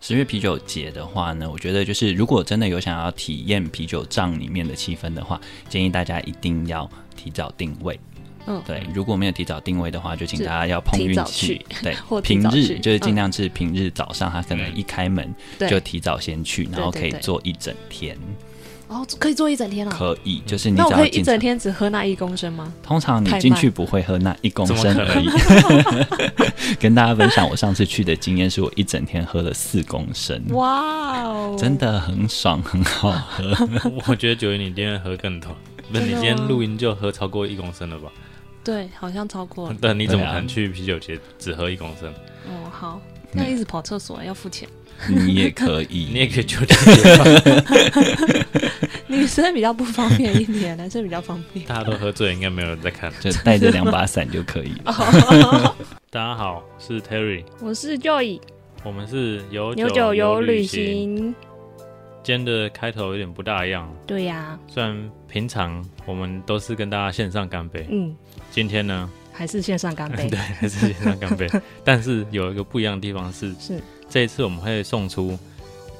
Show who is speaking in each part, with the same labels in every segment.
Speaker 1: 十月啤酒节的话呢，我觉得就是如果真的有想要体验啤酒帐里面的气氛的话，建议大家一定要提早定位。
Speaker 2: 嗯
Speaker 1: 对，如果没有提早定位的话，就请
Speaker 2: 是
Speaker 1: 大家要碰
Speaker 2: 提
Speaker 1: 运
Speaker 2: 早
Speaker 1: 气
Speaker 2: 去。 ，
Speaker 1: 对
Speaker 2: 或提
Speaker 1: 平
Speaker 2: 早
Speaker 1: 日
Speaker 2: 去
Speaker 1: 就是尽
Speaker 2: 嗯
Speaker 1: 量是平日早上，他可能一开门
Speaker 2: 对
Speaker 1: 就提早先去，然后
Speaker 2: 对
Speaker 1: 可以
Speaker 2: 对
Speaker 1: 做一整天。
Speaker 2: 哦，可以做一整天啊。
Speaker 1: 可以，就是你
Speaker 2: 那
Speaker 1: 只
Speaker 2: 我可
Speaker 1: 要
Speaker 2: 以一
Speaker 1: 进
Speaker 2: 整
Speaker 1: 场，
Speaker 2: 天只喝那一公升吗？
Speaker 1: 通常你
Speaker 2: 太
Speaker 1: 进
Speaker 2: 慢
Speaker 1: 去不会喝那一公
Speaker 3: 怎么
Speaker 1: 升
Speaker 3: 可
Speaker 1: 而已。 跟大家分享我上次去的经验，是我一整天喝了四公升，
Speaker 2: 哇哦，
Speaker 1: 嗯真的很爽，很好喝。
Speaker 3: 我觉得九月你今天喝更多，不是
Speaker 2: 真的
Speaker 3: 你
Speaker 2: 吗
Speaker 3: 今天录音就喝超过一公升了吧？
Speaker 2: 对，好像 超过了。
Speaker 3: 但你怎么
Speaker 1: 对啊
Speaker 3: 可能去啤酒节只喝一公升？
Speaker 1: 嗯
Speaker 2: 哦，好，那一直跑厕所要付钱。
Speaker 1: 你也可以，
Speaker 3: 你也可以酒店节，
Speaker 2: 女生比较不方便一点，男生比较方 便。
Speaker 3: 大家都喝醉，应该没有人在看。
Speaker 1: 就带着两把伞就可以 了。
Speaker 3: 大家好，我是 Terry，
Speaker 2: 我是 Joy，
Speaker 3: 我们是有
Speaker 2: 牛九游
Speaker 3: 游
Speaker 2: 旅
Speaker 3: 行。
Speaker 2: 行。
Speaker 3: 今天的开头有点不大一样，
Speaker 2: 对呀、
Speaker 3: 虽然平常我们都是跟大家线上干杯，
Speaker 2: 嗯，
Speaker 3: 今天呢，
Speaker 2: 还是线上干 杯
Speaker 3: 对，。还是线上 干杯，但是有一个不一样的地方是，
Speaker 2: 是
Speaker 3: 这一次我们会送出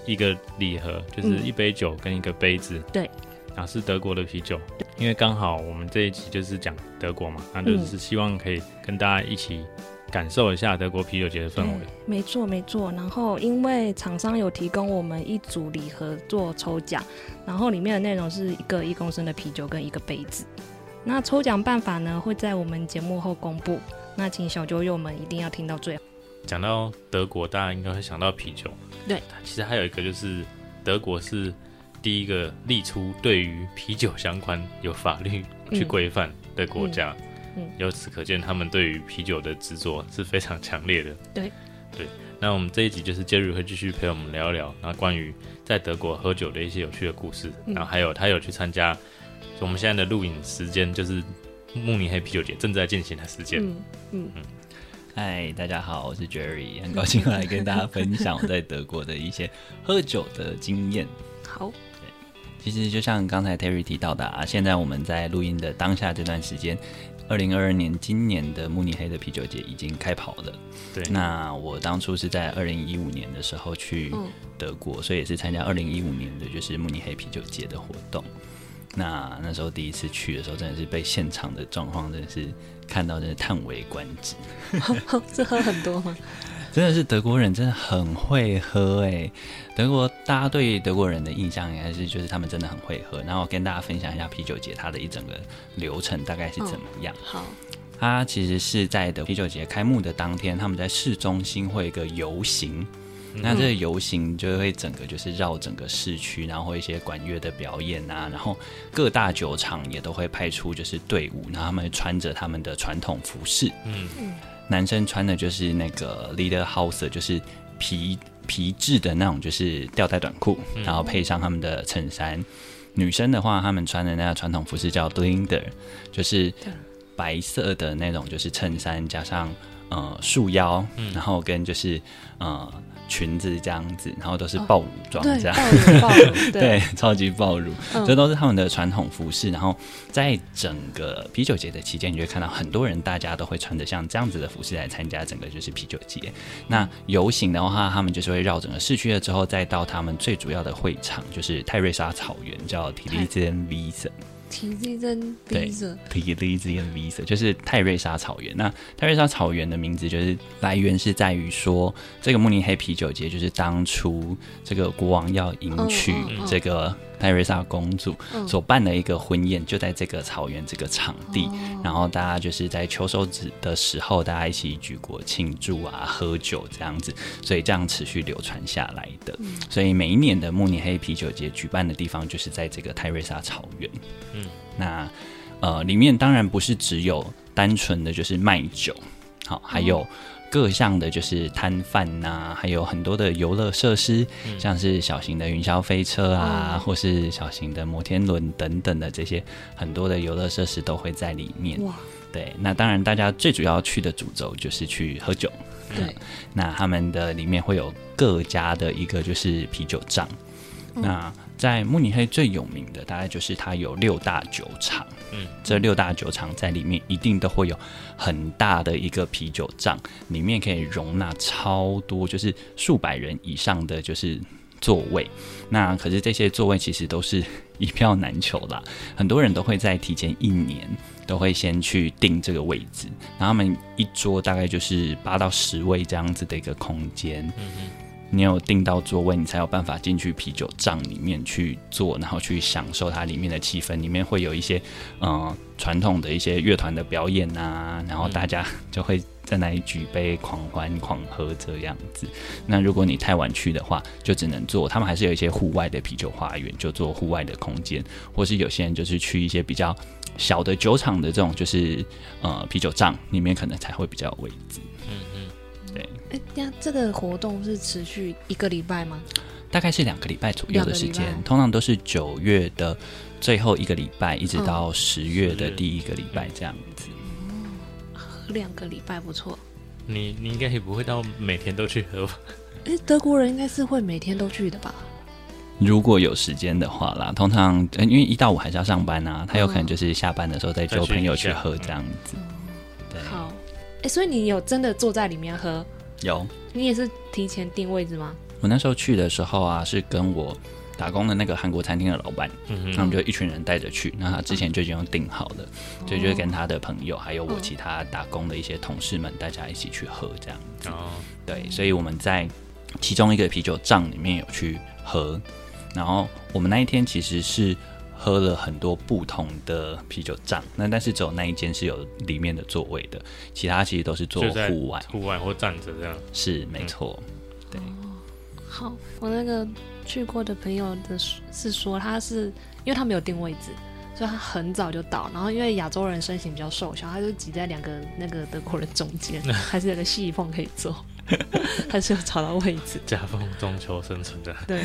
Speaker 3: 一个礼盒，就是一杯酒跟一个杯子。
Speaker 2: 嗯对。
Speaker 3: 然后是德国的啤酒，因为刚好我们这一期就是讲德国嘛，那就是希望可以跟大家一起感受一下德国啤酒节的氛围。
Speaker 2: 没错没错。然后因为厂商有提供我们一组礼盒做抽奖，然后里面的内容是一个一公升的啤酒跟一个杯子。那抽奖办法呢会在我们节目后公布，那请小酒友们一定要听到最后。
Speaker 3: 讲到德国，大家应该会想到啤酒。
Speaker 2: 对，
Speaker 3: 其实还有一个就是德国是第一个立出对于啤酒相关有法律去规范的国家。
Speaker 2: 嗯嗯
Speaker 3: 由此可见，他们对于啤酒的执着是非常强烈的。
Speaker 2: 对，
Speaker 3: 对。那我们这一集就是杰瑞会继续陪我们聊一聊，那关于在德国喝酒的一些有趣的故事，
Speaker 2: 嗯
Speaker 3: 然后还有他有去参加我们现在的录影时间就是慕尼黑啤酒节正在进行的时间。
Speaker 2: 嗯嗯，
Speaker 1: 嗨，大家好，我是 Jerry，很高兴又来跟大家分享我在德国的一些喝酒的经验。
Speaker 2: 好，
Speaker 1: 其实就像刚才 Terry 提到的啊，现在我们在录音的当下这段时间，二零二二年今年的慕尼黑的啤酒节已经开跑了。
Speaker 3: 对，
Speaker 1: 那我当初是在二零一五年的时候去
Speaker 2: 嗯
Speaker 1: 德国，所以也是参加二零一五年的就是慕尼黑啤酒节的活动。那那时候第一次去的时候，真的是被现场的状况真的是看到，真的叹为观止。
Speaker 2: 是喝很多吗？
Speaker 1: 真的是德国人真的很会喝哎、德国大家对德国人的印象应该是就是他们真的很会喝。然后我跟大家分享一下啤酒节它的一整个流程大概是怎么样。
Speaker 2: 好，
Speaker 1: 它其实是在的啤酒节开幕的当天，他们在市中心会有一个游行。那这个游行就会整个就是绕整个市区，然后会有一些管乐的表演啊，然后各大酒厂也都会派出就是队伍，然后他们穿着他们的传统服饰，
Speaker 3: 嗯
Speaker 1: 男生穿的就是那个 leader house，就是皮皮质的那种，就是吊带短裤，然后配上他们的衬衫。女生的话，她们穿的那个传统服饰叫 blinder，就是白色的那种，就是衬衫加上呃束腰，然后跟就是呃裙子这样子，然后都是
Speaker 2: 哦
Speaker 1: 爆乳装
Speaker 2: 对
Speaker 1: 这，样。
Speaker 2: 爆乳爆 乳，
Speaker 1: 对，超级暴露，
Speaker 2: 嗯
Speaker 1: 这都是他们的传统服饰。然后在整个啤酒节的期间，你就会看到很多人，大家都会穿着像这样子的服饰来参加整个就是啤酒节。那游行的话，他们就是会绕整个市区了之后，再到他们最主要的会场，就是泰瑞莎草原，叫 t i l i z i a n Visa。
Speaker 2: 体力真
Speaker 1: 对
Speaker 2: 逼着，
Speaker 1: t i l i z i a n Visa 就是泰瑞莎草原。那泰瑞莎草原的名字就是来源是在于说，这个慕尼黑啤酒节就是当初这个国王要迎
Speaker 2: 嗯
Speaker 1: 娶
Speaker 2: 嗯嗯
Speaker 1: 这个泰瑞莎公主，
Speaker 2: 嗯
Speaker 1: 所办的一个婚宴，就在这个草原这个场地。
Speaker 2: 哦
Speaker 1: 然后大家就是在秋收子的时候，大家一起举国庆祝啊，喝酒这样子，所以这样持续流传下来的。
Speaker 2: 嗯
Speaker 1: 所以每一年的慕尼黑啤酒节举办的地方就是在这个泰瑞莎草原。
Speaker 3: 嗯，
Speaker 1: 那呃，里面当然不是只有单纯的就是卖酒，好，还有各项的就是摊贩呐，还有很多的游乐设施，像是小型的云霄飞车啊，
Speaker 2: 哦
Speaker 1: 或是小型的摩天轮等等的这些很多的游乐设施都会在里面。
Speaker 2: 哇，
Speaker 1: 对，那当然大家最主要去的主轴就是去喝酒。
Speaker 2: 对，
Speaker 1: 那他们的里面会有各家的一个就是啤酒帐，那在慕尼黑最有名的大概就是它有六大酒厂，
Speaker 3: 嗯
Speaker 1: 嗯，这六大酒厂在里面一定都会有很大的一个啤酒帐，里面可以容纳超多，就是数百人以上的就是座位。那可是这些座位其实都是一票难求啦，很多人都会在提前一年都会先去定这个位置，然后他们一桌大概就是八到十位这样子的一个空间。你有订到座位，你才有办法进去啤酒帐里面去坐，然后去享受它里面的气氛。里面会有一些嗯传、统的一些乐团的表演啊，然后大家就会在那里举杯狂欢狂喝这样子。那如果你太晚去的话，就只能做他们还是有一些户外的啤酒花园，就做户外的空间，或是有些人就是去一些比较小的酒厂的这种就是呃啤酒帐里面可能才会比较有位置。
Speaker 4: 哎，那这个活动是持续一个礼拜吗？
Speaker 1: 大概是两个礼拜左右的时间
Speaker 4: 两个礼拜，
Speaker 1: 通常都是九月的最后一个礼拜，一直到十月的第一个礼拜这样子。
Speaker 4: 两个礼拜不错。
Speaker 3: 你你应该也不会到每天都去喝吧？
Speaker 4: 哎，德国人应该是会每天都去的吧？
Speaker 1: 如果有时间的话啦，通常、呃因为一到五还是要上班啊，他有可能就是下班的时候再
Speaker 3: 再
Speaker 1: 叫
Speaker 3: 去
Speaker 1: 朋友
Speaker 3: 一下
Speaker 1: 去喝这样
Speaker 4: 嗯
Speaker 1: 子。对，
Speaker 4: 好，哎，所以你有真的坐在里面喝？
Speaker 1: 有
Speaker 4: 你也是提前定位置吗？
Speaker 1: 我那时候去的时候啊，是跟我打工的那个韩国餐厅的老板，
Speaker 3: 嗯
Speaker 1: 他们就一群人带着去。那他之前就已经订好了，所以就跟他的朋友还有我
Speaker 4: 嗯
Speaker 1: 其他打工的一些同事们，大家一起去喝这样。
Speaker 3: 哼，哦，
Speaker 1: 对，所以我们在其中一个啤酒帐里面有去喝，然后我们那一天其实是喝了很多不同的啤酒帐，那但是只有那一间是有里面的座位的，其他其实都是坐
Speaker 3: 就在嗯
Speaker 1: 户外，
Speaker 3: 户外或站着这样。
Speaker 1: 是没错。
Speaker 4: 好，我那个去过的朋友的说是说，他是因为他没有定位置，所以他很早就到。然后因为亚洲人身形比较瘦小，他就挤在两个那个德国人中 间，还是有个细缝可以 坐，还是有找到位置。
Speaker 3: 夹缝中求生存的，
Speaker 4: 对，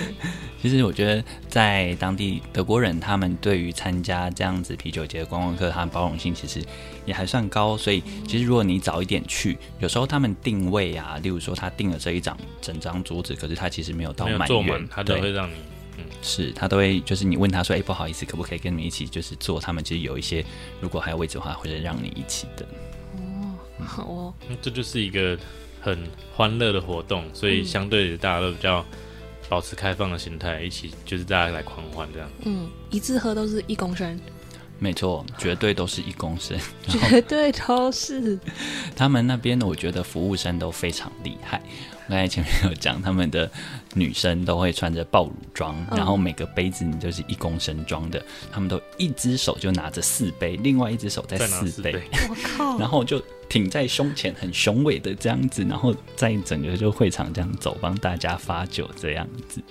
Speaker 1: 其实我觉得在当地德国人他们对于参加这样子啤酒节的观光客，他们包容性其实也还算高，所以其实如果你早一点去，有时候他们定位啊，例如说他定了这一张整张桌子，可是他其实没有到
Speaker 3: 没有
Speaker 1: 满
Speaker 3: 坐
Speaker 1: 员
Speaker 3: 满，，他都
Speaker 1: 对
Speaker 3: 会让你
Speaker 1: 是他都会，就是你问他说，哎、不好意思，可不可以跟你们一起，就是坐？他们其实有一些，如果还有位置的话，会让你一起的。
Speaker 4: 好哦，
Speaker 3: 嗯这就是一个很欢乐的活动，所以相对的大家都比较保持开放的心态，一起就是大家来狂欢 这样。
Speaker 4: 嗯，一次喝都是一公 升，
Speaker 1: 没错，绝对都是一公升。
Speaker 4: 绝对都是。
Speaker 1: 他们那边的，我觉得服务生都非常厉害。我刚才前面有讲，他们的女生都会穿着爆乳装，
Speaker 4: 嗯
Speaker 1: 然后每个杯子你都是一公升装的，他们都一只手就拿着四杯，另外一只手在
Speaker 3: 再拿
Speaker 1: 四
Speaker 3: 四
Speaker 1: 杯，
Speaker 3: 杯，
Speaker 4: 我靠
Speaker 1: 然后就挺在胸前，很雄伟的这样子，然后在整个就会场这样走，帮大家发酒这样子。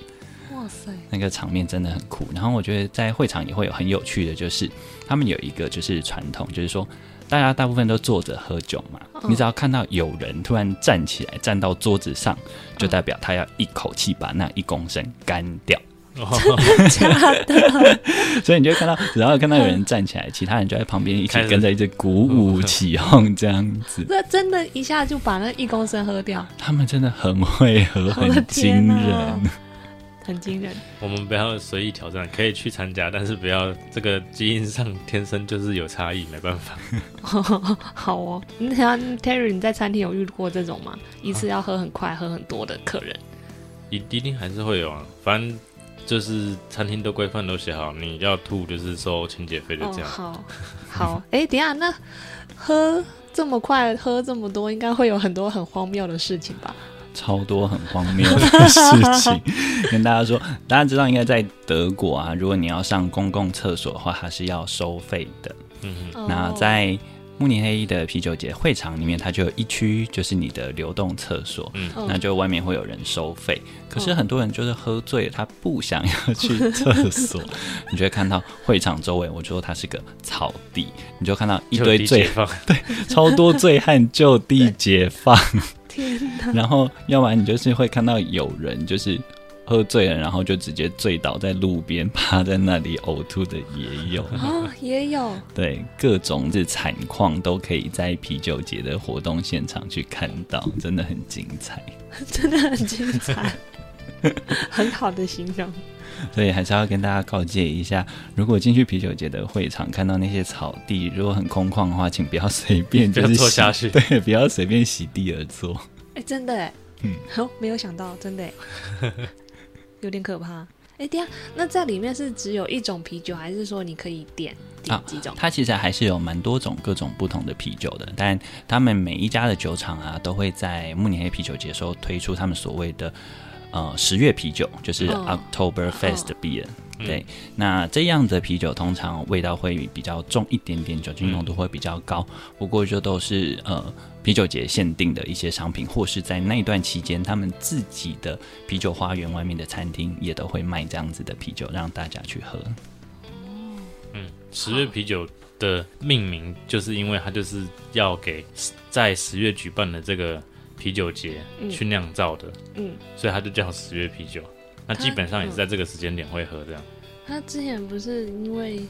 Speaker 4: 哇塞，
Speaker 1: 那个场面真的很酷。然后我觉得在会场也会有很有趣的，就是他们有一个就是传统，就是说大家大部分都坐着喝酒嘛，
Speaker 4: 嗯
Speaker 1: 你只要看到有人突然站起来站到桌子上，就代表他要一口气把那一公升干掉。 所以你就会看到，只要看到有人站起来，其他人就在旁边一起
Speaker 3: 开始
Speaker 1: 跟着一直鼓舞起哄这样 子。
Speaker 4: 这真的一下就把那一公升喝掉，
Speaker 1: 他们真的很会喝，
Speaker 4: 我的
Speaker 1: 很
Speaker 4: 天
Speaker 1: 惊
Speaker 4: 哪
Speaker 1: 人。
Speaker 4: 很惊人。
Speaker 3: 我们不要随意挑战，可以去参加，但是不要这个基因上天生就是有差异，没办法。
Speaker 4: 好哦，你等下 Terry，你在餐厅有遇过这种吗？
Speaker 2: 啊
Speaker 4: 一次要喝很快、喝很多的客人？
Speaker 3: 一一定还是会有啊，反正就是餐厅都规范都写好，你要吐就是收清洁费，就
Speaker 4: 哦
Speaker 3: 这，样。
Speaker 4: 好，好，哎，等一下那喝这么快、喝这么多，应该会有很多很荒谬的事情吧？
Speaker 1: 超多很荒谬的 事情，跟大家说，大家知道应该在德国啊，如果你要上公共厕所的话，它是要收费的。
Speaker 3: 嗯
Speaker 4: 哦
Speaker 1: 那在慕尼黑的啤酒节会场里面，它就有一区就是你的流动厕所。
Speaker 3: 嗯
Speaker 4: 嗯
Speaker 1: 那就外面会有人收费，可是很多人就是喝醉了，他不想要去厕 所，你就会看到会场周围，我就说它是个草地，你就看到一
Speaker 3: 就
Speaker 1: 堆
Speaker 3: 地
Speaker 1: 醉
Speaker 3: 解放，
Speaker 1: 超多醉汉就地解放，
Speaker 4: 天哪！
Speaker 1: 然后要不然你就是会看到有人就是喝醉了，然后就直接醉倒在路边，趴在那里呕吐的也 有。
Speaker 2: 啊
Speaker 4: 哦，也有，
Speaker 1: 对，各种的惨况都可以在啤酒节的活动现场去看到，真的很精彩。
Speaker 4: 真的很精彩，很好的形容。
Speaker 1: 所以还是要跟大家告诫一下，如果进去啤酒节的会场看到那些草地，如果很空旷的话，请不要随便
Speaker 3: 不
Speaker 1: 就
Speaker 3: 要
Speaker 1: 是
Speaker 3: 坐
Speaker 1: 席
Speaker 3: 下去
Speaker 1: 对，不要随便席地而坐。
Speaker 2: 哎、真的哎，
Speaker 1: 嗯，
Speaker 2: 哦，没有想到，真的哎， 有点可怕。哎、对啊，那在里面是只有一种啤酒，还是说你可以点点
Speaker 1: 啊
Speaker 2: 几种？
Speaker 1: 它其实还是有蛮多种各种不同的啤酒的，但他们每一家的酒厂啊，都会在慕尼黑啤酒节的时候推出他们所谓的呃十月啤酒，就是
Speaker 2: 哦
Speaker 1: October Fest
Speaker 2: 哦
Speaker 1: Beer、对，那这样的啤酒通常味道会比较重一点点，酒精浓度会比较高。不过就都是呃啤酒节限定的一些商品，或是在那一段期间他们自己的啤酒花园外面的餐厅也都会卖这样子的啤酒，让大家去喝。
Speaker 3: 嗯，十月啤酒的命名就是因为它就是要给在十月举办的这个啤酒节
Speaker 2: 嗯
Speaker 3: 去酿造的，
Speaker 2: 嗯，
Speaker 3: 所以它就叫十月啤酒。那基本上也是在这个时间点会喝这样。
Speaker 2: 他之前不是因为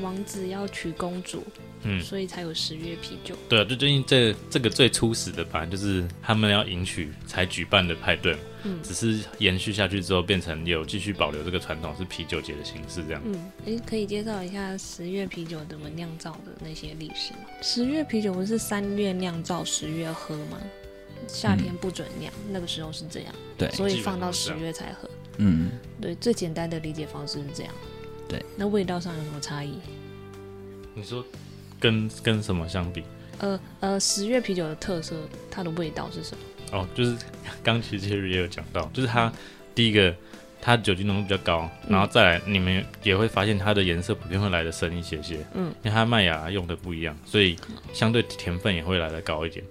Speaker 2: 王子要娶公主，
Speaker 3: 嗯，
Speaker 2: 所以才有十月啤酒。
Speaker 3: 对啊，就最近这这个最初始的，本来就是他们要迎娶才举办的派对嘛，
Speaker 2: 嗯
Speaker 3: 只是延续下去之后，变成有继续保留这个传统是啤酒节的形式这样。
Speaker 2: 嗯，诶，可以介绍一下十月啤酒怎么酿造的那些历史吗？十月啤酒不是三月酿造，十月喝吗？夏天不准酿，那个时候是这样，
Speaker 1: 对，
Speaker 2: 所以
Speaker 3: 哎基本
Speaker 2: 放到
Speaker 3: 上是这
Speaker 2: 十
Speaker 3: 样
Speaker 2: 月才喝。
Speaker 1: 嗯。
Speaker 2: 对，最简单的理解方式是这样。
Speaker 1: 对，
Speaker 2: 那味道上有什么差异？
Speaker 3: 你说跟跟什么相比？
Speaker 2: 呃呃，十月啤酒的特色，它的味道是什么？
Speaker 3: 哦，就是刚其实 Jerry 也有讲到，就是它第一个它酒精浓度比较高，
Speaker 2: 嗯
Speaker 3: 然后再来你们也会发现它的颜色普遍会来的深一些些，
Speaker 2: 嗯，
Speaker 3: 因为它麦芽用的不一样，所以相对甜分也会来的高一点。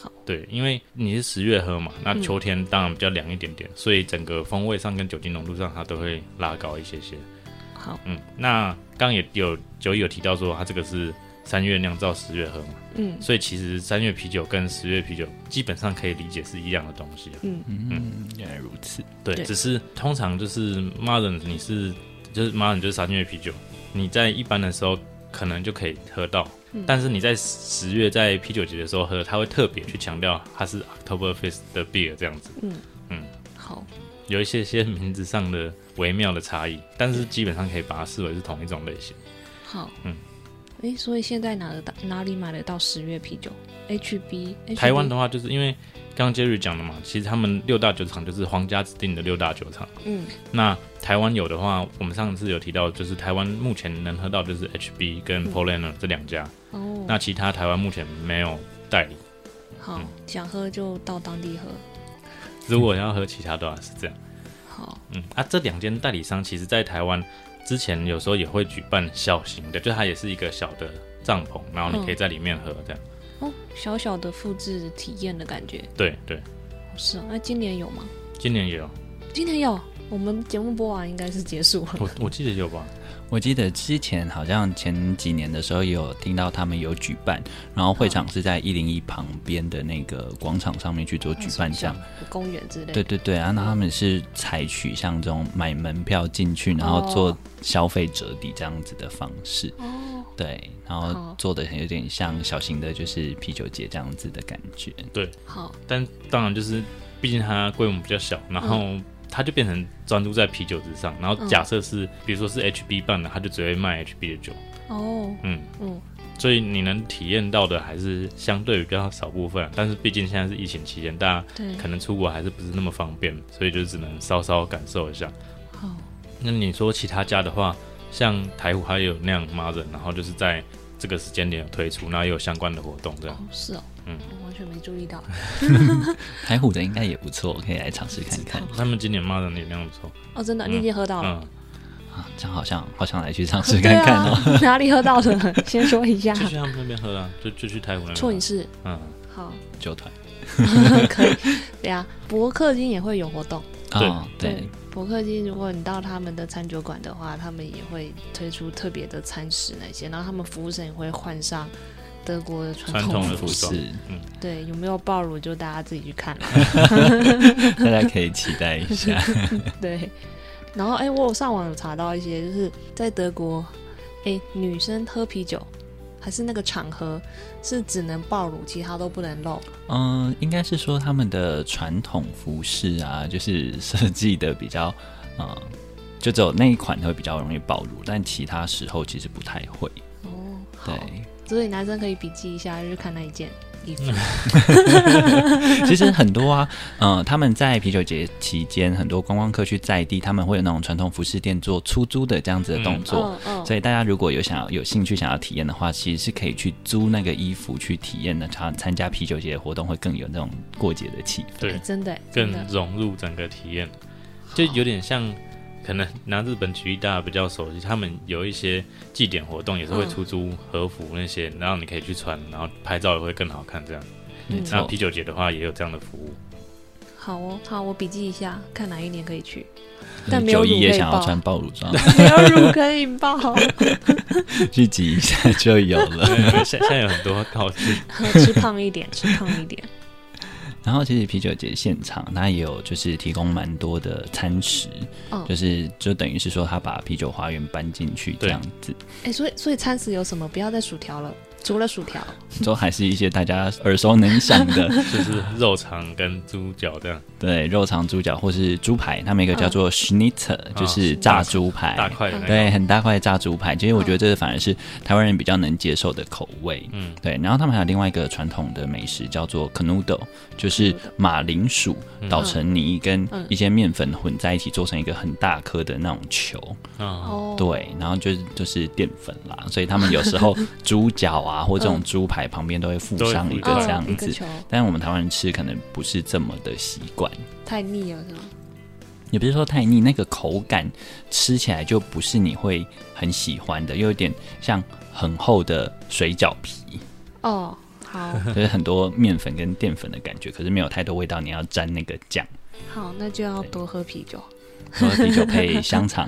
Speaker 2: 好，嗯
Speaker 3: 对，因为你是十月喝嘛，那秋天当然比较凉一点点，所以整个风味上跟酒精浓度上它都会拉高一些些。
Speaker 2: 好，
Speaker 3: 嗯，那刚也有九一有提到说它这个是三月酿造，十月喝嘛，
Speaker 2: 嗯
Speaker 3: 所以其实三月啤酒跟十月啤酒基本上可以理解是一样的东西啊。
Speaker 2: 嗯
Speaker 1: 嗯，原来如此。
Speaker 3: 对，
Speaker 2: 对
Speaker 3: 只是通常就是 modern，你是就是 modern 就是三月啤酒，你在一般的时候可能就可以喝到，但是你在十月在啤酒节的时候喝，它会特别去强调它是 October Fest 的 beer 这样子，
Speaker 2: 嗯
Speaker 3: 嗯，
Speaker 2: 好，
Speaker 3: 有一些些名字上的微妙的差异，但是基本上可以把它视为是同一种类型。
Speaker 2: 好，
Speaker 3: 嗯，
Speaker 2: 诶，所以现在哪得到哪里买得到十月啤酒？HB，
Speaker 3: 台湾
Speaker 2: 的，
Speaker 3: 的话，就是因为刚刚 Jerry 讲的嘛，其实他们六大酒厂就是皇家指定的六大酒厂。
Speaker 2: 嗯，
Speaker 3: 那台湾有的话，我们上次有提到，就是台湾目前能喝到就是 HB 跟 Polaner 这两家，
Speaker 2: 哦，
Speaker 4: 嗯
Speaker 3: 那嗯其他台湾目前没有代理。
Speaker 2: 好，想喝就到当地喝。
Speaker 3: 如果要喝其他的话是这样，
Speaker 2: 好，
Speaker 3: 嗯，啊，这两间代理商其实在台湾之前有时候也会举办小型的，就它也是一个小的帐篷，然后你可以在里面喝这样。
Speaker 2: 哦，小小的复制体验的感觉，
Speaker 3: 对对，
Speaker 2: 是啊。那今年有吗？
Speaker 3: 今年也有，
Speaker 2: 今年有，我们节目播完应该是结束了。
Speaker 3: 我我记得有吧？
Speaker 1: 我记得之前好像前几年的时候也有听到他们有举办，然后会场是在一零一旁边的那个广场上面去做举办这样。
Speaker 2: 公园之类的。
Speaker 1: 对对对啊，那他们是采取像这种买门票进去，然后做消费折抵这样子的方式，
Speaker 2: 哦，
Speaker 1: 对，然
Speaker 2: 好
Speaker 1: 后做的有点像小型的，就是啤酒节这样子的感觉。
Speaker 2: 好，
Speaker 3: 但当然就是，毕竟它规模比较小，然后它就变成专注在啤酒之上。然后假设是，比如说是 HB 办的，它就只会卖 HB 的酒，
Speaker 2: 哦，
Speaker 3: 嗯，
Speaker 2: 嗯，
Speaker 3: 所以你能体验到的还是相对比较少部分。但是毕竟现在是疫情期间，大家
Speaker 2: 对，
Speaker 3: 可能出国还是不是那么方便，所以就只能稍稍感受一下。
Speaker 2: 好，哦
Speaker 3: 那你说其他家的话，像台虎还有那样 Mother，然后就是在这个时间点有推出，然后也有相关的活动这样。
Speaker 2: 哦，是哦，
Speaker 3: 嗯，
Speaker 2: 我完全没注意到。
Speaker 1: 台虎的应该也不错，可以来尝试看看
Speaker 3: 他们今年 Mother 也那样不错，
Speaker 2: 哦，真的，
Speaker 3: 嗯
Speaker 2: 你已经喝到了。
Speaker 3: 嗯，
Speaker 1: 啊，这样好像好想来去尝试
Speaker 2: 对
Speaker 1: 看 看哦。
Speaker 2: 啊， 哪里喝到的？先说一下
Speaker 3: 就。去他们那边喝啊，就就去台湖那边喝。
Speaker 2: 错影视，
Speaker 3: 嗯，
Speaker 2: 好，
Speaker 1: 酒团
Speaker 2: 可以。对啊，博客金也会有活动。
Speaker 1: 哦，对，
Speaker 2: 博客金，如果你到他们的餐酒馆的话，他们也会推出特别的餐食那些，然后他们服务生也会换上德国的传
Speaker 3: 传
Speaker 2: 统
Speaker 3: 统
Speaker 2: 服
Speaker 3: 的
Speaker 1: 服
Speaker 3: 服装
Speaker 1: 饰，
Speaker 2: 对，有没有爆乳就大家自己去看了。
Speaker 1: 大家可以期待一下。
Speaker 2: 对，然后哎、我有上网有查到一些，就是在德国，哎、女生喝啤酒还是那个场合是只能暴露，其他都不能露。
Speaker 1: 嗯，应该是说他们的传统服饰啊，就是设计的比较呃就只有那一款会比较容易爆乳，但其他时候其实不太会。
Speaker 4: 哦，好，
Speaker 1: 对，
Speaker 4: 所以男生可以笔记一下日看那一件衣服。
Speaker 1: 其实很多啊，嗯、他们在啤酒节期间，很多观光客去在地，他们会有那种传统服饰店做出租的这样子的动作。
Speaker 4: 嗯嗯，
Speaker 1: 所以大家如果有想要有兴趣想要体验的话，其实是可以去租那个衣服去体验的，参参加啤酒节的活动会更有那种过节的气氛。
Speaker 4: 哎
Speaker 3: 对，
Speaker 4: 真的哎真
Speaker 3: 更
Speaker 4: 的，
Speaker 3: 融入整个体验，就有点像，可能拿日本举例大家比较熟悉，他们有一些祭典活动也是会
Speaker 4: 嗯
Speaker 3: 出租和服那些，然后你可以去穿，然后拍照也会更好看这样。
Speaker 4: 嗯
Speaker 1: 没
Speaker 3: 那
Speaker 1: 错
Speaker 3: 啤，酒节的话也有这样的服务，
Speaker 4: 好哦，好，我笔记一下，看哪一年可以去。
Speaker 1: 嗯
Speaker 4: 但没有
Speaker 1: 九
Speaker 4: 乳
Speaker 1: 一也
Speaker 4: 可以
Speaker 1: 想要
Speaker 4: 抱
Speaker 1: 穿暴乳装
Speaker 4: 没有乳可以 抱，
Speaker 1: 去挤一下就有 了。
Speaker 3: 对现现在有很多道具，
Speaker 4: 吃胖一点，吃胖一点。
Speaker 1: 然后其实啤酒节现场，它也有就是提供蛮多的餐食，
Speaker 4: 嗯
Speaker 1: 就是就等于是说他把啤酒花园搬进去这
Speaker 3: 对
Speaker 1: 样子，
Speaker 4: 哎，所以所以餐食有什么？不要再薯条了，除了薯条，
Speaker 1: 都还是一些大家耳熟能详的，
Speaker 3: 就是肉肠跟猪脚这样
Speaker 1: 对，肉肠、猪脚或是猪排，他们有一个叫做 schnitzer，、就是炸猪
Speaker 4: 哎
Speaker 1: 排，
Speaker 3: 啊大块的那嗯
Speaker 1: 对，
Speaker 3: 种。
Speaker 1: 很大块的炸猪排。其实我觉得这个反而是台湾人比较能接受的口味。
Speaker 3: 嗯，
Speaker 1: 对，然后他们还有另外一个传统的美食叫做 canoodle，就是马铃薯
Speaker 3: 嗯
Speaker 1: 捣成泥，跟一些面粉混在一起，做成一个很大颗的那种球。
Speaker 3: 啊，
Speaker 4: 哦，
Speaker 1: 对，然后就是就是淀粉啦，所以他们有时候猪脚啊或这种猪排旁边都会附
Speaker 3: 都会
Speaker 1: 上
Speaker 3: 附
Speaker 1: 一个
Speaker 3: 上
Speaker 4: 哦，
Speaker 1: 这样
Speaker 4: 一个
Speaker 1: 子。
Speaker 4: 球
Speaker 1: 但我们台湾人吃可能不是这么的习惯，
Speaker 4: 太腻了是吗？
Speaker 1: 也不是说太腻，那个口感吃起来就不是你会很喜欢的，又有点像很厚的水饺皮，
Speaker 4: 哦， 好
Speaker 1: 就是很多面粉跟淀粉的感觉，可是没有太多味道，你要沾那个酱，
Speaker 4: 好，那就要多喝啤酒。
Speaker 1: 然后啤酒配香肠。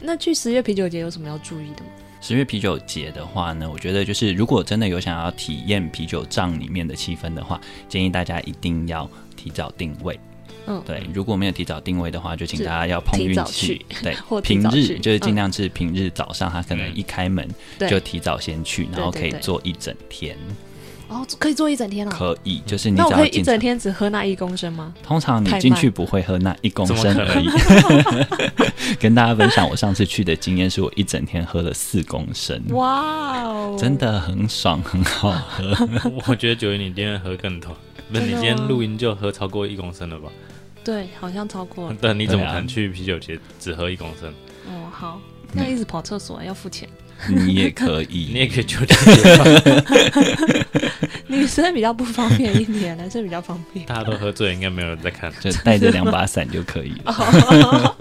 Speaker 4: 那去十月啤酒节有什么要注意的吗？
Speaker 1: 十月啤酒节的话呢，我觉得就是如果真的有想要体验啤酒帐里面的气氛的话，建议大家一定要提早定位。
Speaker 4: 嗯
Speaker 1: 对，如果没有提早定位的话，就请
Speaker 4: 是
Speaker 1: 大家要碰运
Speaker 4: 提早
Speaker 1: 气
Speaker 4: 去。
Speaker 1: 对
Speaker 4: 或，提
Speaker 1: 平
Speaker 4: 早
Speaker 1: 日
Speaker 4: 去嗯
Speaker 1: 就是尽量是平日早上，他可能
Speaker 3: 嗯
Speaker 1: 一开门
Speaker 4: 对
Speaker 1: 就提早先去，然后可以
Speaker 4: 对对对
Speaker 1: 坐一整天，
Speaker 4: 哦，可以坐一整天了。
Speaker 1: 可以。就是你
Speaker 4: 那
Speaker 1: 只
Speaker 4: 我可
Speaker 1: 要
Speaker 4: 以一
Speaker 1: 进
Speaker 4: 整
Speaker 1: 场，
Speaker 4: 天只喝那一公升吗？
Speaker 1: 通常你
Speaker 4: 太
Speaker 1: 进
Speaker 4: 慢
Speaker 1: 去不会喝那一公
Speaker 3: 怎么
Speaker 1: 升
Speaker 3: 可
Speaker 1: 而已。 跟大家分享我上次去的经验，是我一整天喝了四公升。
Speaker 4: 哇哦，
Speaker 1: 真的很爽，很好喝。
Speaker 3: 我觉得九一你今天喝更多，不是你
Speaker 4: 真的
Speaker 3: 今天
Speaker 4: 吗
Speaker 3: 录音就喝超过一公升了吧？
Speaker 4: 对，好像超过了。
Speaker 3: 但你怎么
Speaker 1: 对啊
Speaker 3: 可能去啤酒节只喝一公升？
Speaker 1: 嗯
Speaker 4: 哦，好，那一直跑厕所要付钱。
Speaker 1: 你也可以，
Speaker 3: 你也可以酒节吧，
Speaker 4: 女生比较不方便一点，男生比较方 便。
Speaker 3: 大家都喝醉，应该没有人在看。
Speaker 1: 就带着两把伞就可以了。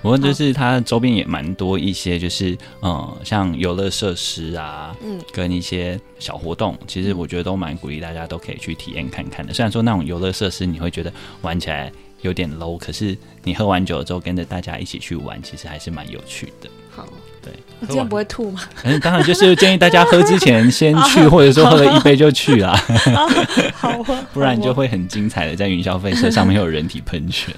Speaker 1: 不过就是它周边也蛮多一些，就是嗯，像游乐设施啊，嗯
Speaker 4: 嗯，
Speaker 1: 跟一些小活动，其实我觉得都蛮鼓励大家都可以去体验看看的。虽然说那种游乐设施你会觉得玩起来有点 low，可是你喝完酒了之后跟着大家一起去玩，其实还是蛮有趣的。
Speaker 4: 好，
Speaker 1: 对，
Speaker 4: 你这样不会 吐吗？
Speaker 1: 嗯，当然就是建议大家喝之前先去，或者说喝了一杯就去啊，
Speaker 4: 好啊，
Speaker 1: 不然就
Speaker 4: 好啊
Speaker 1: 会很精彩的在云霄飞车上面会有人体喷泉。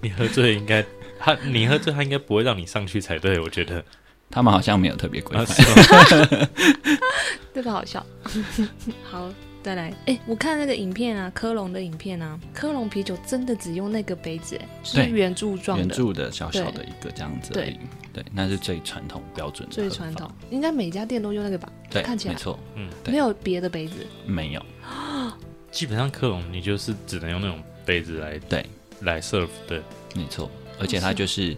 Speaker 3: 你喝醉应该他，你喝醉他应该不会让你上去才对，我觉得。
Speaker 1: 他们好像没有特别规
Speaker 3: 啊
Speaker 1: 范。
Speaker 3: 是吗
Speaker 4: 啊这个好笑。 好，再来。哎，我看那个影片啊，科隆的影片啊，科隆啤酒真的只用那个杯子，哎就是
Speaker 1: 对
Speaker 4: 圆柱状
Speaker 1: 圆
Speaker 4: 的，
Speaker 1: 柱的小小的一个这样子而已，对，那是最传统标准的，
Speaker 4: 最传统，，应该每家店都用那个吧？
Speaker 1: 对，
Speaker 4: 看起来
Speaker 1: 没错，对
Speaker 4: 没有别的杯子。
Speaker 1: 没有，
Speaker 3: 基本上克隆你就是只能用那种杯子来
Speaker 1: 对
Speaker 3: 来 serve 的，
Speaker 1: 没错，而且
Speaker 4: 嗯
Speaker 1: 它就是，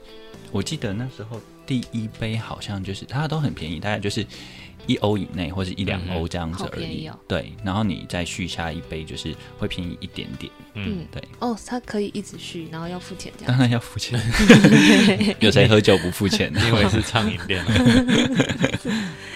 Speaker 1: 我记得那时候第一杯好像就是它都很便宜，大概就是一欧以内或是一两欧这样子
Speaker 4: 嗯好
Speaker 1: 而
Speaker 4: 便
Speaker 1: 已，
Speaker 4: 宜哦
Speaker 1: 对，然后你再续下一杯就是会便宜一点 点，
Speaker 3: 嗯
Speaker 4: 嗯，
Speaker 1: 对，嗯
Speaker 4: 哦，它可以一直续，然后要付钱这样。
Speaker 1: 当然要付 钱， 有谁喝酒不付钱 的？
Speaker 3: 因为是畅饮店啊，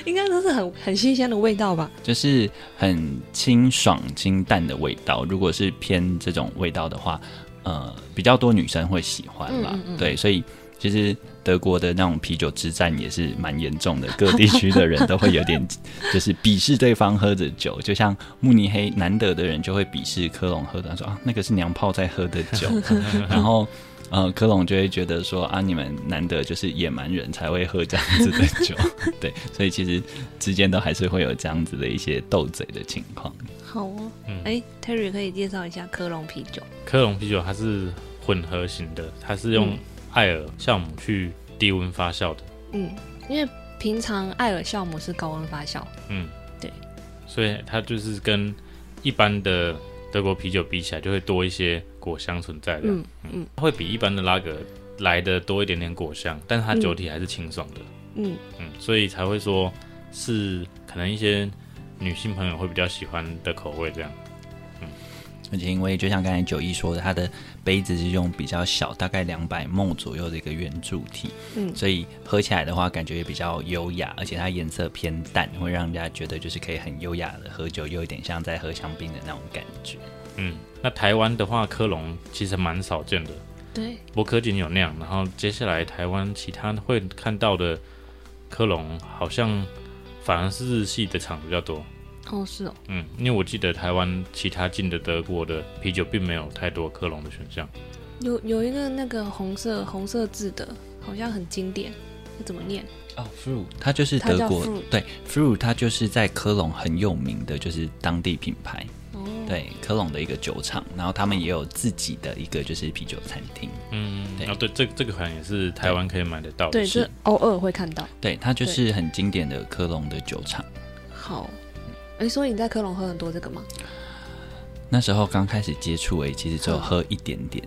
Speaker 4: 应该都是很很新鲜的味道吧？
Speaker 1: 就是很清爽清淡的味道。如果是偏这种味道的话，呃，比较多女生会喜欢啦。
Speaker 4: 嗯嗯嗯
Speaker 1: 对，所以其实德国的那种啤酒之战也是蛮严重的，各地区的人都会有点 就是鄙视对方喝着酒，就像慕尼黑 南德的人就会鄙视科隆喝的，他说啊那个是娘炮在喝的酒，然后。呃，科隆就会觉得说啊，你们难得就是野蛮人才会喝这样子的 酒，对，所以其实之间都还是会有这样子的一些斗嘴的情况。
Speaker 4: 好哦，
Speaker 3: 嗯
Speaker 4: 哎、t e r r y 可以介绍一下科隆啤酒。
Speaker 3: 科隆啤酒它是混合型的，它是用艾尔酵母去低温发酵的，
Speaker 4: 嗯，因为平常艾尔酵母是高温发酵，
Speaker 3: 嗯，
Speaker 4: 对，
Speaker 3: 所以它就是跟一般的德国啤酒比起来，就会多一些果香存在的，
Speaker 4: 嗯嗯
Speaker 3: 它会比一般的拉格来的多一点点果香，但是它
Speaker 4: 嗯
Speaker 3: 酒体还是清爽的，
Speaker 4: 嗯，
Speaker 3: 嗯，所以才会说是可能一些女性朋友会比较喜欢的口味这样。
Speaker 1: 而且因为就像刚才九一说的，它的杯子是用比较小，大概两百梦左右的一个圆柱体，
Speaker 4: 嗯
Speaker 1: 所以喝起来的话感觉也比较优雅，而且它颜色偏淡，会让人家觉得就是可以很优雅的喝酒，又有点像在喝香槟的那种感觉。
Speaker 3: 嗯，那台湾的话，科隆其实蛮少见的，
Speaker 4: 对，
Speaker 3: 博科仅有酿，然后接下来台湾其他会看到的科隆，好像反而是日系的厂比较多。
Speaker 4: 哦是哦，
Speaker 3: 嗯，因为我记得台湾其他进的德国的啤酒并没有太多科隆的选项，
Speaker 4: 有有一个那个红色红色字的，好像很经典，那怎么念？
Speaker 1: 哦 f r u 它就是
Speaker 4: 它叫
Speaker 1: 德国
Speaker 4: Fru
Speaker 1: 对 f r u 它就是在科隆很有名的，就是当地品牌，
Speaker 4: 哦，，
Speaker 1: 对科隆的一个酒厂，然后他们也有自己的一个就是啤酒餐厅，
Speaker 3: 嗯，
Speaker 1: 对
Speaker 3: 啊对，这这个款也是台湾可以买得到的，
Speaker 4: 对，
Speaker 1: 是
Speaker 4: 这偶尔会看到。
Speaker 1: 对，它就是很经典的科隆的酒厂。
Speaker 4: 好，哎、所以你在科隆喝很多这个吗？
Speaker 1: 那时候刚开始接触诶，其实只有喝一点点，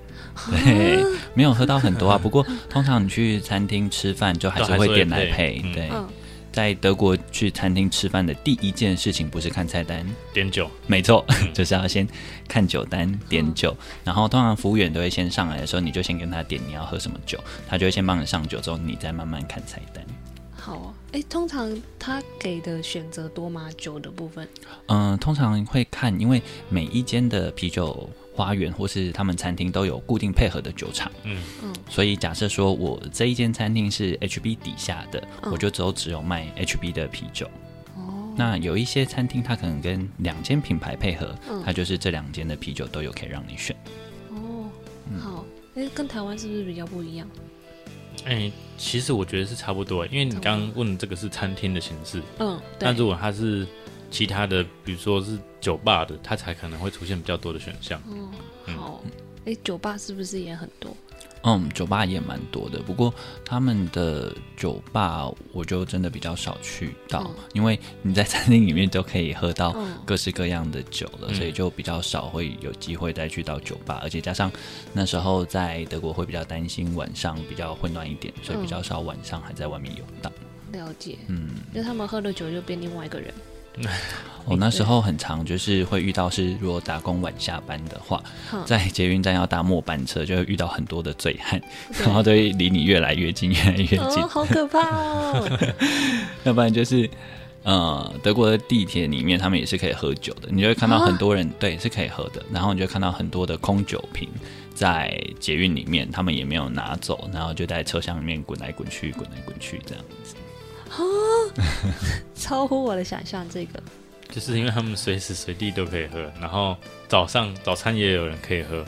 Speaker 1: 对，没有喝到很多啊。不过通常你去餐厅吃饭，就还是会点来配
Speaker 3: 都还是会配。嗯
Speaker 1: 对，
Speaker 4: 嗯，
Speaker 1: 在德国去餐厅吃饭的第一件事情不是看菜单，
Speaker 3: 点酒，
Speaker 1: 没错， 就是要先看酒单点酒，然后通常服务员都会先上来的时候，你就先跟他点你要喝什么酒，他就会先帮你上酒，之后你再慢慢看菜单。
Speaker 4: 好哦。哎、通常他给的选择多吗？酒的部分？
Speaker 1: 嗯、通常会看，因为每一间的啤酒花园或是他们餐厅都有固定配合的酒厂，
Speaker 3: 嗯
Speaker 4: 嗯
Speaker 1: 所以假设说我这一间餐厅是 HB 底下的，
Speaker 4: 嗯
Speaker 1: 我就只有只有卖 HB 的啤酒。
Speaker 4: 哦，
Speaker 1: 那有一些餐厅它可能跟两间品牌配合，
Speaker 4: 嗯
Speaker 1: 它就是这两间的啤酒都有可以让你选。
Speaker 4: 哦，
Speaker 3: 嗯
Speaker 4: 好。哎、跟台湾是不是比较不一样？
Speaker 3: 哎、其实我觉得是差不多，因为你刚刚问的这个是餐厅的形式，
Speaker 4: 嗯，对
Speaker 3: 那。如果它是其他的，比如说是酒吧的，它才可能会出现比较多的选项。
Speaker 4: 哦，
Speaker 3: 嗯
Speaker 4: 好。哎、酒吧是不是也很多？
Speaker 1: 嗯，酒吧也蛮多的，不过他们的酒吧我就真的比较少去到，
Speaker 4: 嗯
Speaker 1: 因为你在餐厅里面都可以喝到
Speaker 4: 嗯
Speaker 1: 各式各样的酒了，
Speaker 3: 嗯
Speaker 1: 所以就比较少会有机会再去到酒吧，而且加上那时候在德国会比较担心晚上比较混乱一点，所以比
Speaker 4: 嗯
Speaker 1: 较少晚上还在外面游荡。
Speaker 4: 了解。
Speaker 1: 嗯，
Speaker 4: 因为他们喝了酒就变另外一个人。
Speaker 1: 我、哦那时候很常就是会遇到是，如果打工晚下班的话，
Speaker 4: 哼
Speaker 1: 在捷运站要搭末班车，就会遇到很多的醉汉，
Speaker 4: 对
Speaker 1: 然后就会离你越来越近，越来越近
Speaker 4: 哦，。好可怕哦！
Speaker 1: 要不然就是呃，德国的地铁里面他们也是可以喝酒的，你就会看到很多人、对是可以喝的，然后你就会看到很多的空酒瓶在捷运里面，他们也没有拿走，然后就在车厢里面滚来滚去，滚来滚去这样子。
Speaker 4: 超乎我的想象，这个
Speaker 3: 就是因为他们随时随地都可以喝，然后早上早餐也有人可以喝，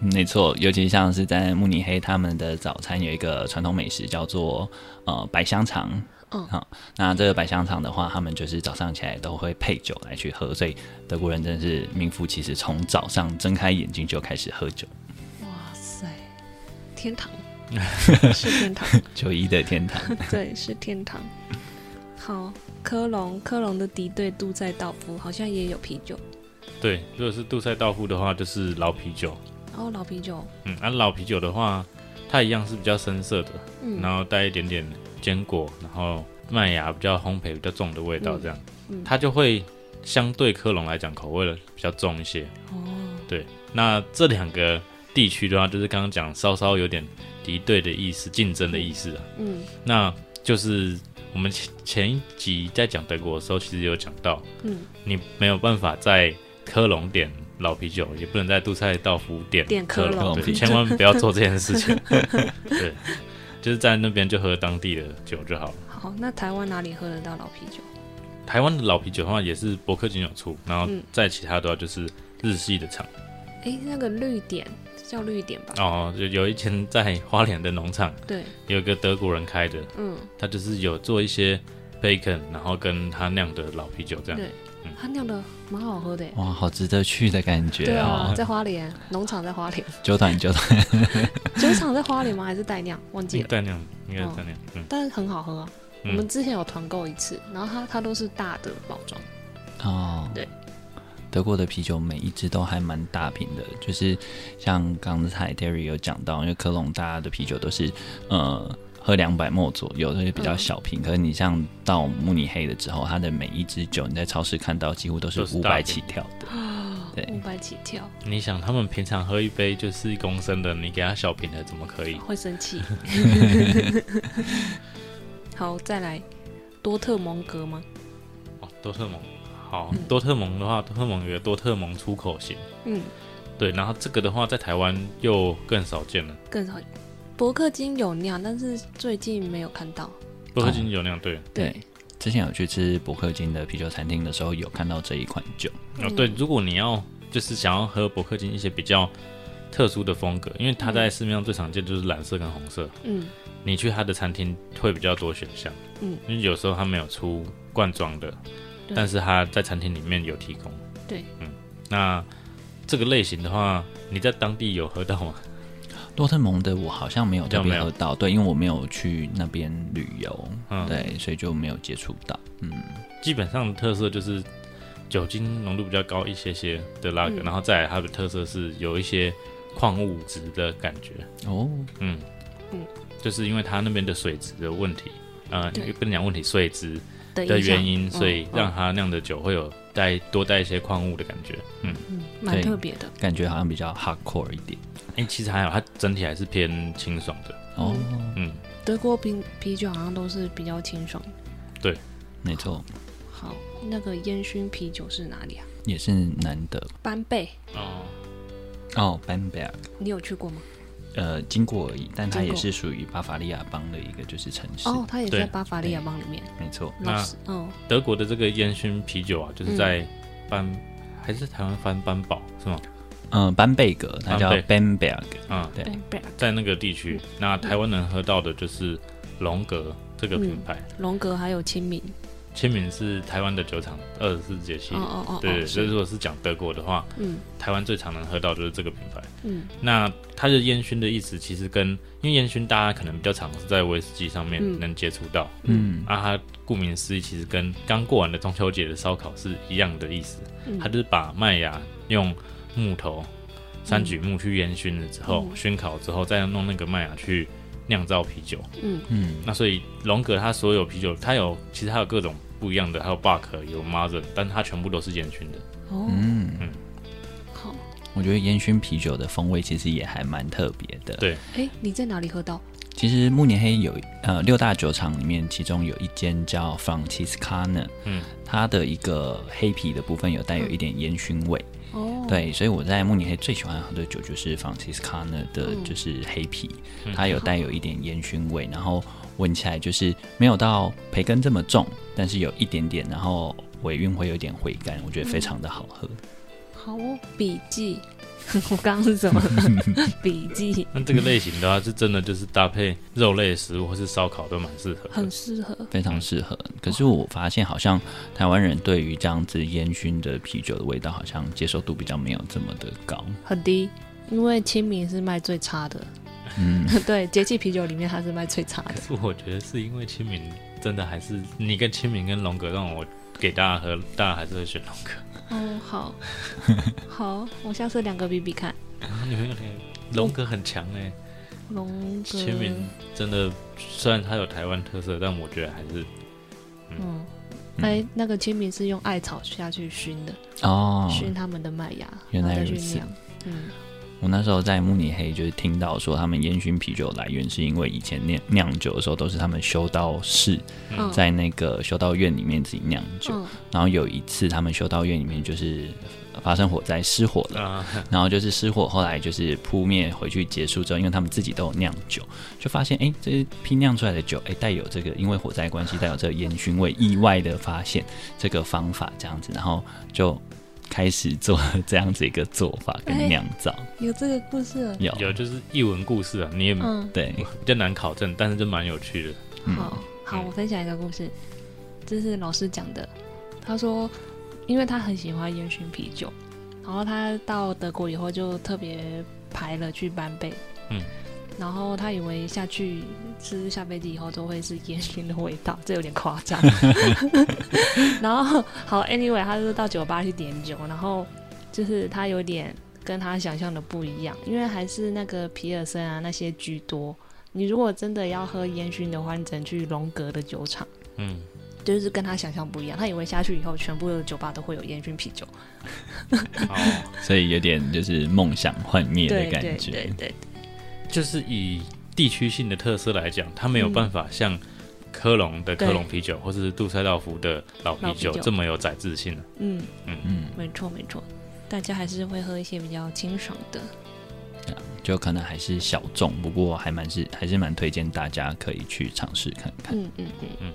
Speaker 1: 嗯没错，尤其像是在慕尼黑，他们的早餐有一个传统美食叫做呃白香肠。
Speaker 4: 嗯
Speaker 1: 好、那这个白香肠的话，他们就是早上起来都会配酒来去喝，所以德国人真是名副其实，从早上睁开眼睛就开始喝酒。
Speaker 4: 哇塞，天堂是天堂，
Speaker 1: 九一的天堂。
Speaker 4: 对，是天堂。好，科隆，科隆的敌对杜塞道夫好像也有啤酒，
Speaker 3: 对，如果是杜塞道夫的话，就是老啤酒。
Speaker 4: 然哦后老啤酒，
Speaker 3: 嗯，那、老啤酒的话，它一样是比较深色的，
Speaker 4: 嗯，
Speaker 3: 然后带一点点坚果，然后麦芽比较烘焙比较重的味道，这样、
Speaker 4: 嗯嗯
Speaker 3: 它就会相对科隆来讲口味的比较重一些。
Speaker 4: 哦，
Speaker 3: 那这两个地区的话，就是刚刚讲稍稍有点敌对的意思、竞争的意思啊。
Speaker 4: 嗯
Speaker 3: 那就是我们前前一集在讲德国的时候，其实有讲到，
Speaker 4: 嗯，
Speaker 3: 你没有办法在科隆点老啤酒，也不能在杜塞道夫点
Speaker 4: 点科隆
Speaker 3: 隆，
Speaker 1: 啤
Speaker 3: 对，
Speaker 1: 酒
Speaker 3: 千万不要做这件事 情。对，就是在那边就喝当地的酒就好了。
Speaker 4: 好，那台湾哪里喝得到老啤酒？
Speaker 3: 台湾的老啤酒的话，也是伯克金有出，然后
Speaker 4: 嗯
Speaker 3: 在其他的话就是日系的厂，
Speaker 4: 哎、诶，那个绿点叫绿点吧？
Speaker 3: 哦，有有一间在花莲的农场，
Speaker 4: 对，
Speaker 3: 有一个德国人开的，
Speaker 4: 嗯，
Speaker 3: 他就是有做一些 bacon，然后跟他酿的老啤酒这样
Speaker 4: 对。它酿的蛮好喝的耶。
Speaker 1: 哇，好值得去的感觉
Speaker 4: 对
Speaker 1: 哦！
Speaker 4: 啊，在花莲农场在花莲，
Speaker 1: 九团九团，
Speaker 4: 酒厂在花莲吗？还是代酿？忘记了，哦
Speaker 3: 带酿应该是带酿，嗯，
Speaker 4: 但是很好喝啊。我
Speaker 3: 嗯
Speaker 4: 们之前有团购一次，然后它它都是大的包装，
Speaker 1: 哦，
Speaker 4: 对，
Speaker 1: 德国的啤酒每一支都还蛮大瓶的，就是像刚才 Derry 有讲到，因为科隆大家的啤酒都是呃喝两百沫左右，那就比较小瓶。可是你像到慕尼黑了之后，它的每一支酒你在超市看到几乎都是
Speaker 3: 都是
Speaker 1: 五
Speaker 3: 大
Speaker 1: 百
Speaker 3: 瓶
Speaker 1: 起跳的，
Speaker 4: 五
Speaker 1: 对，
Speaker 4: 百起跳，
Speaker 3: 你想他们平常喝一杯就是一公升的，你给他小瓶的怎么可以？
Speaker 4: 会生 气。好，再来多特蒙格吗？
Speaker 3: 哦，多特蒙，好，多特蒙的话，多特蒙有个多特蒙出口型，
Speaker 4: 嗯，
Speaker 3: 对，然后这个的话在台湾又更少见了，
Speaker 4: 更少。伯克金有酿，但是最近没有看到。
Speaker 3: 不喝
Speaker 4: 哦
Speaker 3: 金酒酿对，
Speaker 1: 对。之前有去吃伯克金的啤酒餐厅的时候，有看到这一款酒，
Speaker 4: 嗯
Speaker 3: 哦对，如果你要就是想要喝伯克金一些比较特殊的风格，因为它在市面上最常见就是蓝色跟红色，
Speaker 4: 嗯，
Speaker 3: 你去它的餐厅会比较多选项，
Speaker 4: 嗯，
Speaker 3: 因为有时候它没有出罐装的，
Speaker 4: 对
Speaker 3: 但是它在餐厅里面有提供。
Speaker 4: 对，
Speaker 3: 嗯，那这个类型的话，你在当地有喝到吗？
Speaker 1: 多特蒙的我好像没有特
Speaker 3: 好像没
Speaker 1: 别
Speaker 3: 有
Speaker 1: 喝到，对，因为我没有去那边旅游，
Speaker 3: 嗯，，
Speaker 1: 对，所以就没有接触到。嗯，
Speaker 3: 基本上特色就是酒精浓度比较高一些些的拉格，
Speaker 4: 嗯
Speaker 3: 然后再来它的特色是有一些矿物质的感觉，
Speaker 1: 哦，
Speaker 3: 嗯
Speaker 4: 嗯
Speaker 3: 就是因为它那边的水质的问题，呃，
Speaker 4: 对
Speaker 3: 不能讲问题，水质
Speaker 4: 的
Speaker 3: 的
Speaker 4: 影响
Speaker 3: 原因，所以
Speaker 4: 嗯
Speaker 3: 让它酿的酒会有带多带一些矿物的感觉，嗯。
Speaker 4: 嗯蛮
Speaker 1: 对
Speaker 4: 特别的。
Speaker 1: 感觉好像比较 hardcore 一点。
Speaker 3: 哎、其实还好，它整体还是偏清爽的。
Speaker 1: 哦，
Speaker 3: 嗯，
Speaker 4: 德国啤啤酒好像都是比较清爽的。
Speaker 1: 没错，
Speaker 4: 好，那个烟熏啤酒是哪里啊？
Speaker 1: 也是难得
Speaker 4: 班贝，
Speaker 3: 哦，
Speaker 1: 哦。Bamberg，
Speaker 4: 你有去过吗？
Speaker 1: 呃，经过而已，但它
Speaker 4: 经
Speaker 1: 也
Speaker 4: 过
Speaker 1: 是属于巴伐利亚邦的一个就是城市，
Speaker 4: 哦，它也
Speaker 3: 对
Speaker 4: 在巴伐利亚邦里面。
Speaker 1: 没错。
Speaker 3: 那
Speaker 4: 老师，嗯，
Speaker 3: 德国的这个烟熏啤酒啊，就是在班、还是台湾翻班堡是吗？
Speaker 1: 嗯、班贝格，它叫 Bamberg，
Speaker 3: 嗯，
Speaker 1: 对
Speaker 4: 班贝
Speaker 3: 在那个地区，
Speaker 4: 嗯
Speaker 3: 那台湾能喝到的就是龙格这
Speaker 4: 嗯
Speaker 3: 个品牌，
Speaker 4: 龙格还有清明。
Speaker 3: 签名是台湾的酒厂二十四节气。
Speaker 4: 哦哦哦，
Speaker 3: 对，
Speaker 4: 哦
Speaker 3: 所以如果是讲德国的话，
Speaker 4: 嗯
Speaker 3: 台湾最常能喝到就是这个品牌。
Speaker 4: 嗯
Speaker 3: 那它的烟熏的意思其实跟，因为烟熏大家可能比较常是在威士忌上面
Speaker 4: 嗯
Speaker 3: 能接触到，
Speaker 1: 嗯，
Speaker 3: 那它啊顾名思义，其实跟刚过完的中秋节的烧烤是一样的意思。
Speaker 4: 嗯
Speaker 3: 它就是把麦芽用木头、山榉木去烟熏了之后，
Speaker 4: 嗯
Speaker 3: 熏烤之后，再弄那个麦芽去酿造啤酒。
Speaker 4: 嗯
Speaker 1: 嗯，
Speaker 3: 那所以龙格它所有啤酒，它有其实它有各种不一样的，还有 Buck 有 m a r z e n 但它全部都是烟熏的。
Speaker 4: 哦，
Speaker 1: 嗯，
Speaker 4: 好，
Speaker 1: 我觉得烟熏啤酒的风味其实也还蛮特别的。
Speaker 3: 对
Speaker 4: 哎，你在哪里喝到？
Speaker 1: 其实慕尼黑有呃六大酒厂里面，其中有一间叫 Franciscana，
Speaker 3: 嗯，
Speaker 1: 它的一个黑啤的部分有带有一点烟熏味，
Speaker 4: 哦，，
Speaker 1: 对，所以我在慕尼黑最喜欢喝的酒就是 Franciscana 的，就是黑啤，它有带有一点烟熏味，然后闻起来就是没有到培根这么重，但是有一点点，然后尾韵会有点回甘，我觉得非常的好喝。
Speaker 4: 好哦，笔记。 我刚刚 是什么？笔记
Speaker 3: 那这个类型的话，是真的就是搭配肉类的食物或是烧烤都蛮适合的
Speaker 4: 很。适合，
Speaker 1: 非常适合，可是我发现好像台湾人对于这样子烟熏的啤酒的味道，好像接受度比较没有这么的高。
Speaker 4: 很低，因为清明是卖最差的。
Speaker 1: 嗯，
Speaker 4: 对，节气啤酒里面它是卖最差的
Speaker 3: 可。是我觉得是因为清明真的还是你跟清明跟龙格让我给大家喝，大家还是会选龙格。
Speaker 4: 哦，好， 好，我下次两个比比看。
Speaker 3: 你们 龙格很强哎、
Speaker 4: 龙哥，
Speaker 3: 清明真的虽然它有台湾特色，但我觉得还是
Speaker 4: 嗯，哎、那个清明是用艾草下去熏的，
Speaker 1: 哦，
Speaker 4: 熏他们的麦芽，
Speaker 1: 原
Speaker 4: 然后
Speaker 1: 来
Speaker 4: 再
Speaker 1: 如
Speaker 4: 去
Speaker 1: 此
Speaker 4: 酿。嗯，
Speaker 1: 我那时候在慕尼黑，就是听到说他们烟熏啤酒来源是因为以前酿酿酒的时候都是他们修道士
Speaker 4: 嗯
Speaker 1: 在那个修道院里面自己酿酒，
Speaker 4: 嗯，
Speaker 1: 然后有一次他们修道院里面就是发生火灾失火了，
Speaker 3: 啊、
Speaker 1: 然后就是失火，后来就是扑灭回去结束之后，因为他们自己都有酿酒，就发现哎、诶这批酿出来的酒哎带有这个因为火灾关系带有这个烟熏味，意外的发现这个方法这样子，然后就开始做这样子一个做法跟酿造。
Speaker 4: 有这个故事了。
Speaker 1: 有
Speaker 3: 有就是译文故事啊，你也比
Speaker 4: 嗯，
Speaker 1: 对，
Speaker 3: 较难考证，但是就蛮有趣的。
Speaker 1: 嗯
Speaker 4: 好好，我分享一个故事，这是老师讲的。他说，因为他很喜欢烟熏啤酒，然后他到德国以后就特别排了去班贝。
Speaker 3: 嗯。
Speaker 4: 然后他以为下去吃下飞机以后都会是烟熏的味道，这有点夸 张。然后好，anyway，他就到酒吧去点酒，然后就是他有点跟他想象的不一样，因为还是那个皮尔森啊那些居多。你如果真的要喝烟熏的话，你只能去龙格的酒厂，
Speaker 3: 嗯，
Speaker 4: 就是跟他想象不一样。他以为下去以后，全部的酒吧都会有烟熏啤酒。
Speaker 3: 好，
Speaker 1: 所以有点就是梦想幻灭的
Speaker 4: 对
Speaker 1: 感
Speaker 4: 对
Speaker 1: 觉。
Speaker 4: 对对，
Speaker 3: 就是以地区性的特色来讲，它没有办法像科隆的科隆啤酒，或是杜塞道夫的老啤
Speaker 4: 老啤
Speaker 3: 酒
Speaker 4: 酒
Speaker 3: 这么有载质性啊
Speaker 4: 嗯，
Speaker 1: 嗯，
Speaker 4: 没错没错，大家还是会喝一些比较清爽的。
Speaker 1: 就可能还是小众，不过还蛮是还是蛮推荐大家可以去尝试看看。
Speaker 4: 嗯嗯嗯
Speaker 3: 嗯
Speaker 4: 嗯。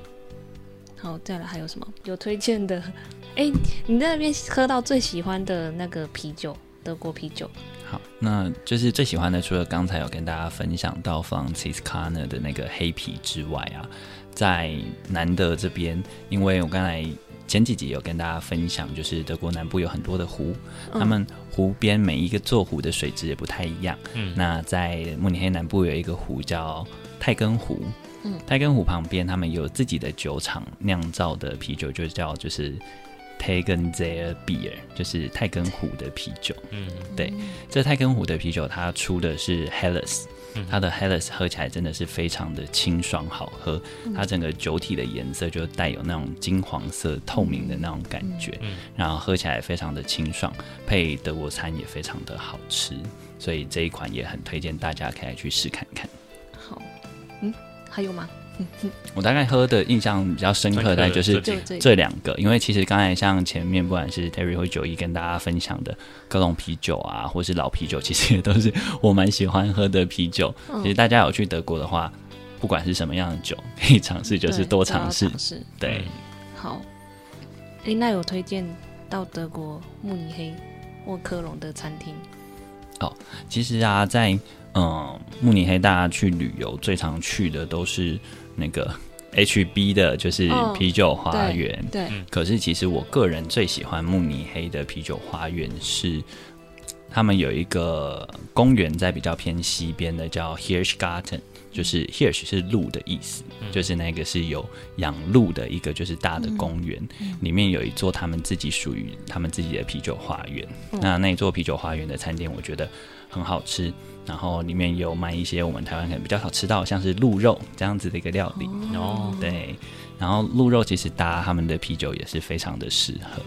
Speaker 4: 好，再来还有什么有推荐的？ 哎，你在那边喝到最喜欢的那个啤酒，德国啤酒，
Speaker 1: 好，那就是最喜欢的，除了刚才有跟大家分享到 Franciscana 的那个黑啤之外啊，在南德这边，因为我刚才前几集有跟大家分享，就是德国南部有很多的湖，
Speaker 4: 嗯
Speaker 1: 他们湖边每一个座湖的水质也不太一样。
Speaker 3: 嗯
Speaker 1: 那在慕尼黑南部有一个湖叫泰根湖，
Speaker 4: 嗯，
Speaker 1: 泰根湖旁边他们有自己的酒厂酿造的啤酒，就叫就是 Tegenzer Beer，就是泰根湖的啤酒。
Speaker 3: 嗯，
Speaker 1: 对，这泰根湖的啤酒它出的是 Helles，
Speaker 3: 嗯
Speaker 1: 它的 Helles 喝起来真的是非常的清爽好喝，它整个酒体的颜色就带有那种金黄色透明的那种感觉，
Speaker 3: 嗯
Speaker 1: 然后喝起来非常的清爽，配德国餐也非常的好吃，所以这一款也很推荐大家可以来去试看看。
Speaker 4: 好，嗯，还有吗？
Speaker 1: 我大概喝的印象比较深刻的就是
Speaker 3: 深刻的
Speaker 4: 就这
Speaker 1: 这两个，因为其实刚才像前面不管是 Terry 或九一跟大家分享的各种啤酒啊，或是老啤酒，其实也都是我蛮喜欢喝的啤酒。其实大家有去德国的话，不管是什么样的酒，可以尝试，就是
Speaker 4: 对
Speaker 1: 多
Speaker 4: 都
Speaker 1: 尝
Speaker 4: 要
Speaker 1: 试。
Speaker 4: 尝试。
Speaker 1: 对，
Speaker 4: 好，诶，那有推荐到德国慕尼黑或科隆的餐厅？
Speaker 1: 其实啊，在嗯慕尼黑，大家去旅游最常去的都是那个 HB 的，就是
Speaker 4: 哦
Speaker 1: 啤酒花园。
Speaker 4: 对
Speaker 3: 嗯
Speaker 1: 可是其实我个人最喜欢慕尼黑的啤酒花园是，他们有一个公园在比较偏西边的叫 Hirschgarten，就是 Hirsch 是鹿的意思，
Speaker 3: 嗯
Speaker 1: 就是那个是有养鹿的一个就是大的公园，里面有一座他们自己属于他们自己的啤酒花园。那那一座啤酒花园的餐厅，我觉得很好吃。然后里面有卖一些我们台湾可能比较少吃到，像是鹿肉这样子的一个料理。
Speaker 3: 然
Speaker 4: 哦
Speaker 3: 后
Speaker 1: 对，然后鹿肉其实搭他们的啤酒也是非常的适合，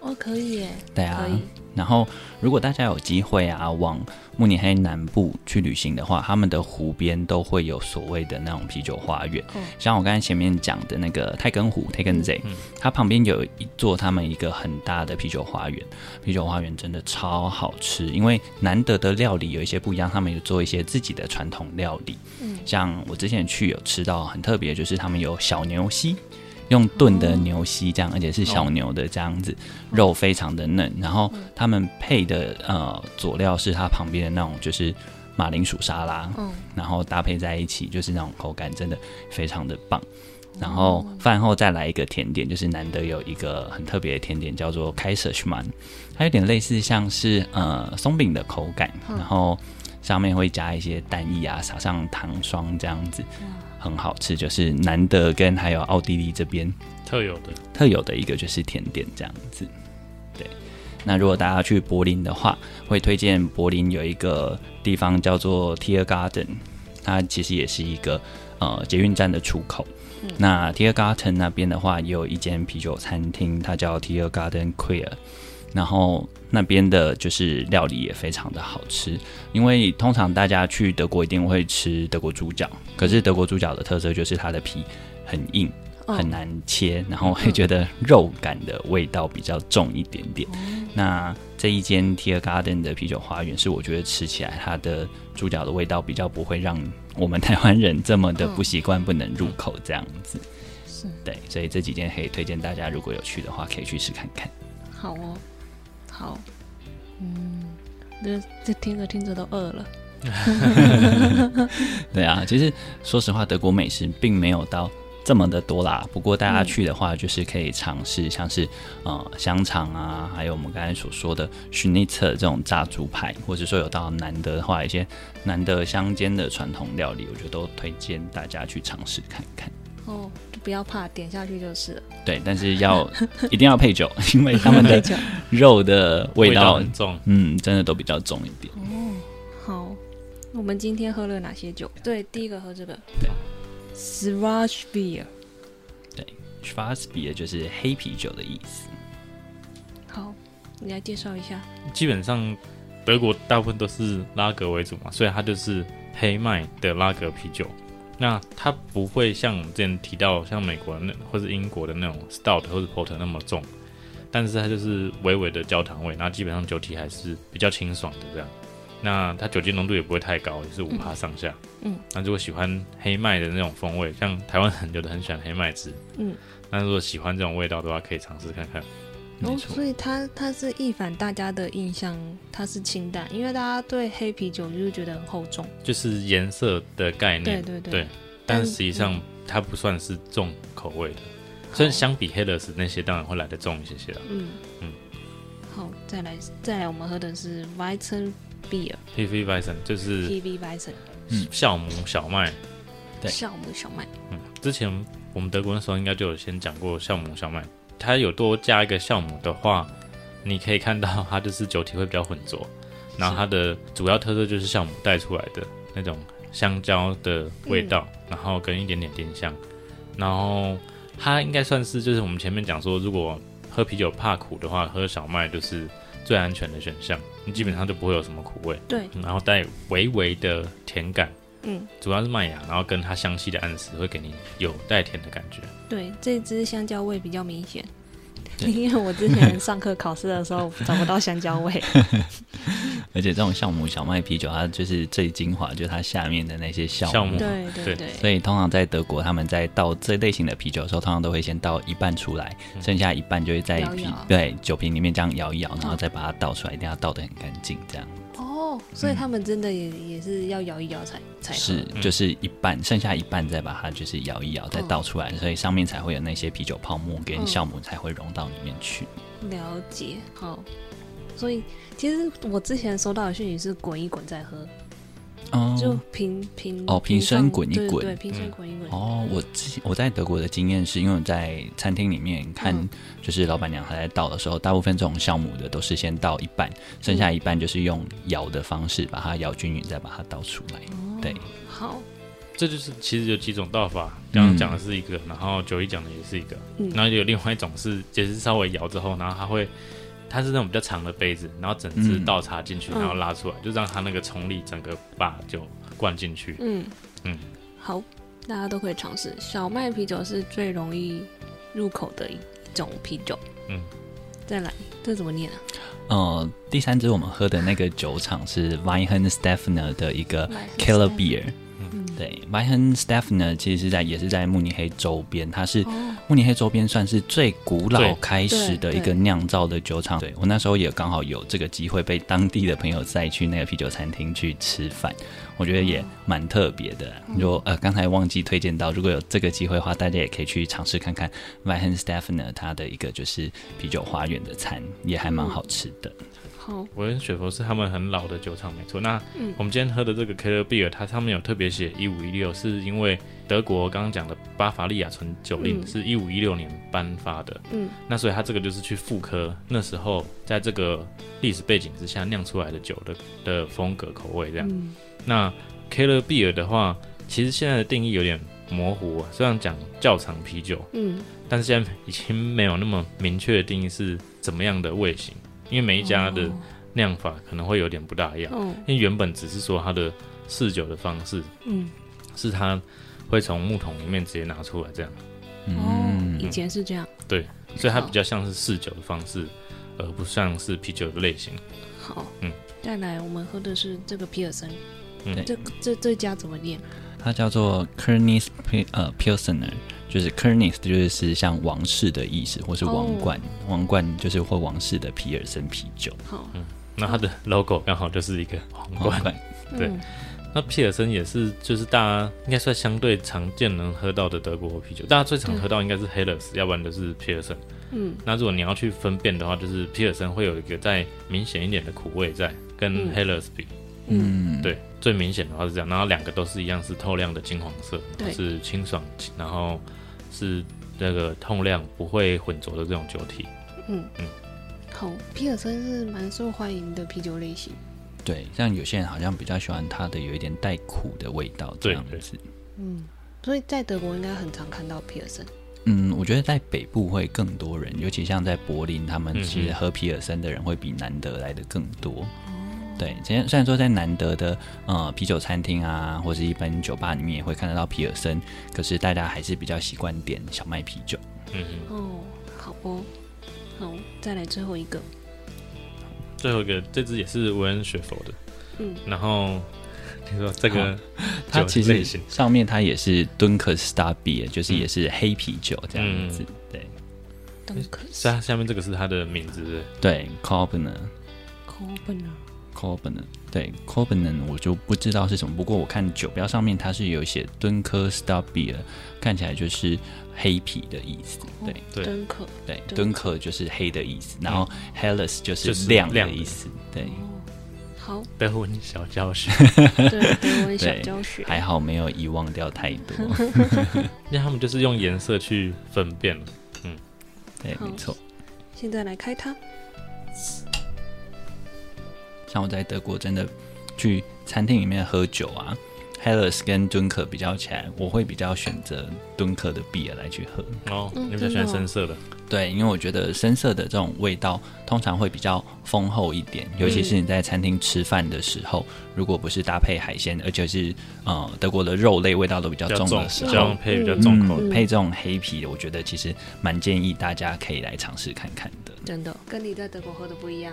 Speaker 4: 哦，可以耶，
Speaker 1: 对啊
Speaker 4: 可以。
Speaker 1: 然后如果大家有机会啊，往慕尼黑南部去旅行的话，他们的湖边都会有所谓的那种啤酒花园，
Speaker 4: 嗯
Speaker 1: 像我刚才前面讲的那个泰根湖 t a g e n z e 它旁边有一座他们一个很大的啤酒花园，啤酒花园真的超好吃，因为难得的料理有一些不一样，他们有做一些自己的传统料理，
Speaker 4: 嗯
Speaker 1: 像我之前去有吃到很特别，就是他们有小牛膝。用炖
Speaker 4: 哦
Speaker 1: 的牛膝这样，而且是小牛的这样子，肉非常的嫩。然后他们配的呃佐料是它旁边的那种就是马铃薯沙拉，
Speaker 4: 嗯，
Speaker 1: 然后搭配在一起，就是那种口感真的非常的棒。然后饭后再来一个甜点，就是难得有一个很特别的甜点，叫做开舍许曼，它有点类似像是呃松饼的口感，然后上面会加一些蛋液啊，撒上糖霜这样子，很好吃。就是难得跟还有奥地利这边
Speaker 3: 特有的，
Speaker 1: 特有的一个就是甜点这样子。对，那如果大家去柏林的话，会推荐柏林有一个地方叫做 Tiergarten，它其实也是一个呃捷运站的出口。那 Tiergarten 那边的话，也有一间啤酒餐厅，它叫 Tiergarten Queer。然后那边的就是料理也非常的好吃，因为通常大家去德国一定会吃德国猪脚，可是德国猪脚的特色就是它的皮很硬，
Speaker 4: 哦
Speaker 1: 很难切，然后会觉得肉感的味道比较重一点点。那这一间 Tier Garden 的啤酒花园是我觉得吃起来它的猪脚的味道比较不会让我们台湾人这么的不习惯，不能入口这样子。
Speaker 4: 是
Speaker 1: 对，所以这几间可以推荐大家，如果有去的话，可以去试看看。
Speaker 4: 好哦，好，嗯，这这听着听着都饿了。
Speaker 1: 对啊，其实说实话，德国美食并没有到这么的多啦。不过大家去的话，就是可以尝试像是呃香肠啊，还有我们刚才所说的许内特这种炸猪排，或者说有到南德的话，一些南德乡间的传统料理，我觉得都推荐大家去尝试看看。
Speaker 4: 哦，就不要怕，点下去就是了。
Speaker 1: 对，但是要一定要配酒，因为他们的
Speaker 4: 配酒
Speaker 1: 肉的味
Speaker 3: 味
Speaker 1: 道，
Speaker 3: 很重。
Speaker 1: 嗯，真的都比较重一点。
Speaker 4: 哦，好，我们今天喝了哪些酒？对，第一个喝这个，
Speaker 1: 对
Speaker 4: s i r a g e Beer。
Speaker 1: s c h w a r z b i e r 就是黑啤酒的意思。
Speaker 4: 好，你来介绍一下。
Speaker 3: 基本上德国大部分都是拉格为主嘛，所以它就是黑麦的拉格啤酒。那它不会像我们之前提到像美国那或是英国的那种 stout 或是 porter 那么重，但是它就是微微的焦糖味，那基本上酒体还是比较清爽的这样。那它酒精浓度也不会太高，也是五趴上下。
Speaker 4: 嗯，
Speaker 3: 那如果喜欢黑麦的那种风味，像台湾很有的很喜欢黑麦汁。
Speaker 4: 嗯，
Speaker 3: 那如果喜欢这种味道的话，可以尝试看看。
Speaker 1: 没
Speaker 4: 哦，
Speaker 1: 错
Speaker 4: 所，以它它是一反大家的印象，它是清淡，因为大家对黑啤酒就是觉得很厚重。
Speaker 3: 就是颜色的概念
Speaker 4: 对，对嗯对
Speaker 3: 嗯对但实际上它不算是重口味的，所以相比黑乐斯那些当然会来的重一些些了。
Speaker 4: 嗯
Speaker 3: 嗯
Speaker 4: 好，再来再来，我们喝的是 Weizen Beer
Speaker 3: P V Bison 就是
Speaker 4: PV Weizen
Speaker 3: 酵母小麦，
Speaker 1: 对
Speaker 4: 酵母小麦。
Speaker 3: 嗯，之前我们德国那时候应该就有先讲过酵母小麦，它有多加一个酵母的话，你可以看到它就是酒体会比较浑浊，然后它的主要特色就是酵母带出来的那种香蕉的味道，然后跟一点点丁香，然后它应该算是就是我们前面讲说，如果喝啤酒怕苦的话，喝小麦就是最安全的选项，你基本上就不会有什么苦味，嗯
Speaker 4: 对，
Speaker 3: 然后带微微的甜感。
Speaker 4: 嗯，
Speaker 3: 主要是麦芽，然后跟它香气的暗示会给你有带甜的感觉。
Speaker 4: 对，这支香蕉味比较明显。
Speaker 1: 对
Speaker 4: 因为我之前上课考试的时候找不到香蕉味，
Speaker 1: 而且这种酵母小麦啤酒，它就是最精华，就是它下面的那些酵
Speaker 3: 酵
Speaker 1: 母
Speaker 3: 母。
Speaker 4: 对对
Speaker 3: 对
Speaker 4: 对，
Speaker 1: 所以通常在德国，他们在倒这类型的啤酒的时候，通常都会先倒一半出来，
Speaker 3: 嗯
Speaker 1: 剩下一半就会在
Speaker 4: 摇一
Speaker 1: 啤
Speaker 4: 摇嗯
Speaker 1: 对酒瓶里面这样摇一摇，然后再把它倒出来，一定要倒得很干净，这样
Speaker 4: 哦，所以他们真的也也是要摇一摇才才喝
Speaker 1: 是
Speaker 3: 嗯
Speaker 1: 就是一半，剩下一半再把它就是摇一摇，再倒出来，所以上面才会有那些啤酒泡沫跟
Speaker 4: 嗯
Speaker 1: 酵母才会融到里面去。
Speaker 4: 了解，好。所以其实我之前收到的讯息是滚一滚再喝，
Speaker 1: 哦
Speaker 4: 就平平
Speaker 1: 哦平身
Speaker 4: 放
Speaker 1: 滚一
Speaker 4: 对
Speaker 1: 滚
Speaker 4: 对，平身滚一滚。
Speaker 1: 哦，我之前我在德国的经验是因为我在餐厅里面看
Speaker 4: 嗯，
Speaker 1: 就是老板娘还在倒的时候，大部分这种酵母的都是先倒一半，剩下一半就是用摇的方式把它摇均匀，再把它倒出来。对，
Speaker 4: 哦好，
Speaker 3: 这就是其实有几种倒法，刚刚讲的是一个，然后九一讲的也是一个，
Speaker 4: 嗯
Speaker 3: 然后有另外一种是也是稍微摇之后，然后它会它是那种比较长的杯子，然后整只
Speaker 1: 嗯
Speaker 3: 倒插进去，
Speaker 4: 嗯
Speaker 3: 然后拉出来，就让它那个冲力整个把酒灌进去。
Speaker 4: 嗯
Speaker 3: 嗯，
Speaker 4: 好，大家都可以尝试。小麦啤酒是最容易入口的一种啤酒。
Speaker 3: 嗯，
Speaker 4: 再来，这怎么念啊？
Speaker 1: 呃，第三支我们喝的那个酒厂是 w i h e n s t e f n e r 的一个
Speaker 4: 嗯
Speaker 1: Keller Beer。对 w i h e n s t e f n e r 其实是在也是在慕尼黑周边，它是
Speaker 4: 哦，
Speaker 1: 慕尼黑周边算是最古老
Speaker 3: 对
Speaker 1: 开始的一
Speaker 4: 对
Speaker 1: 个酿造的酒厂。对我那时候也刚好有这个机会被当地的朋友带去那个啤酒餐厅去吃饭，我觉得
Speaker 4: 嗯
Speaker 1: 也蛮特别的啦。如果呃刚才忘记推荐到，如果有这个机会的话，大家也可以去尝试看看 w i h e n s t e f n e r 它的一个就是啤酒花园的餐，也还
Speaker 4: 嗯
Speaker 1: 蛮好吃的。
Speaker 4: 好，
Speaker 3: 我跟雪佛是他们很老的酒厂，没错。那
Speaker 4: 嗯
Speaker 3: 我们今天喝的这个 Keller Beer，它上面有特别写一五一六，是因为德国刚刚讲的巴伐利亚纯酒令
Speaker 4: 嗯
Speaker 3: 是一五一六年颁发的，
Speaker 4: 嗯，
Speaker 3: 那所以它这个就是去复刻那时候在这个历史背景之下酿出来的酒的的风格口味这样。
Speaker 4: 嗯，
Speaker 3: 那 Keller Beer 的话，其实现在的定义有点模糊啊，虽然讲窖藏啤酒，
Speaker 4: 嗯，
Speaker 3: 但是现在已经没有那么明确的定义是怎么样的味型，因为每一家的
Speaker 4: 哦
Speaker 3: 酿法可能会有点不大一样。
Speaker 4: 哦，
Speaker 3: 因为原本只是说它的试酒的方式
Speaker 4: 嗯，
Speaker 3: 是它会从木桶里面直接拿出来这样，
Speaker 4: 哦，
Speaker 1: 嗯
Speaker 4: 以前是这样。
Speaker 3: 所以它比较像是试酒的方式，而不像是啤酒的类型。
Speaker 4: 好，
Speaker 3: 嗯，
Speaker 4: 再来，我们喝的是这个皮尔森。
Speaker 3: 嗯
Speaker 4: 这这这家怎么念？
Speaker 1: 它叫做 Kernis 呃 Pilsner，就是 Kernis 就是像王室的意思，或是王冠，王冠就是或王室的皮尔森啤酒。
Speaker 4: 好，
Speaker 3: 那它的 logo 刚好就是一个嗯皇
Speaker 1: 王
Speaker 3: 冠。
Speaker 1: 冠，
Speaker 3: 对
Speaker 4: 嗯
Speaker 3: 那皮尔森也是，就是大家应该算相对常见能喝到的德国啤酒。大家最常喝到应该是 Helles，要不然就是皮尔森。
Speaker 4: 嗯
Speaker 3: 那如果你要去分辨的话，就是皮尔森会有一个再明显一点的苦味在，跟
Speaker 4: 嗯
Speaker 3: Helles 比，
Speaker 4: 嗯，
Speaker 1: 嗯，
Speaker 3: 对，最明显的话是这样。然后两个都是一样是透亮的金黄色，
Speaker 4: 对
Speaker 3: 是清爽，然后是那个透亮不会混浊的这种酒体。
Speaker 4: 好，皮尔森是蛮受欢迎的啤酒类型。
Speaker 1: 对，像有些人好像比较喜欢它的有一点带苦的味道这
Speaker 3: 对
Speaker 1: 样
Speaker 3: 对
Speaker 1: 子。
Speaker 4: 嗯，所以在德国应该很常看到皮尔森。
Speaker 1: 嗯，我觉得在北部会更多人，尤其像在柏林，他们
Speaker 3: 嗯
Speaker 1: 其实
Speaker 3: 嗯
Speaker 1: 喝皮尔森的人会比南德来的更多。对，虽然虽然说在南德的呃啤酒餐厅啊，或是一般酒吧里面也会看得到皮尔森，可是大家还是比较习惯点小麦啤酒。
Speaker 3: 嗯哼，
Speaker 4: 哦，好哦，好，再来最后一个。
Speaker 3: 最后一个这支也是维恩雪佛的，
Speaker 4: 嗯，
Speaker 3: 然 后你说这个
Speaker 1: 它
Speaker 3: 酒
Speaker 1: 其
Speaker 3: 类
Speaker 1: 实
Speaker 3: 型，
Speaker 1: 上面它也是敦克斯达比，就是也是黑啤酒这样子。
Speaker 3: 嗯
Speaker 1: 对
Speaker 4: 东克
Speaker 3: 是啊它下面这个是它的名字，对不对
Speaker 1: 对 c o b n e r
Speaker 4: c o b e n a
Speaker 1: c o b n e r 对 c o b n e r 我就不知道是什么，不过我看酒标上面它是有写敦克斯达比尔，看起来就是黑啤的意思。对、
Speaker 3: 对
Speaker 4: 敦克。
Speaker 1: 对，
Speaker 4: 哦敦
Speaker 1: 敦克就是黑的意思，然后 Hellas 就
Speaker 3: 就是
Speaker 1: 是亮的
Speaker 3: 亮的
Speaker 1: 意思。对，
Speaker 4: 哦， 好，
Speaker 3: 被问小教 学。
Speaker 4: 对，德文小
Speaker 1: 对
Speaker 4: 教学。
Speaker 1: 还好没有遗忘掉太 多。
Speaker 3: 因为他们就是用颜色去分辨了。
Speaker 1: 对，
Speaker 4: 好
Speaker 1: 没错。
Speaker 4: 现在来开它。
Speaker 1: 像我在德国真的去餐厅里面喝酒啊，Hellas 跟敦克比较起来，我会比较选择敦克的 b 尔来去喝。
Speaker 3: 哦，
Speaker 4: 嗯
Speaker 3: 你比较喜欢深色的，
Speaker 1: 对，因为我觉得深色的这种味道通常会比较丰厚一点，尤
Speaker 3: 嗯
Speaker 1: 其是你在餐厅吃饭的时候，如果不是搭配海鲜，而且是呃德国的肉类味道都比较
Speaker 3: 比较
Speaker 1: 重
Speaker 3: 重，
Speaker 1: 的时
Speaker 3: 这
Speaker 1: 候，
Speaker 3: 样配比较重口的。
Speaker 1: 嗯配这种黑啤的，我觉得其实蛮建议大家可以来尝试看看的。
Speaker 4: 真的，跟你在德国喝的不一样。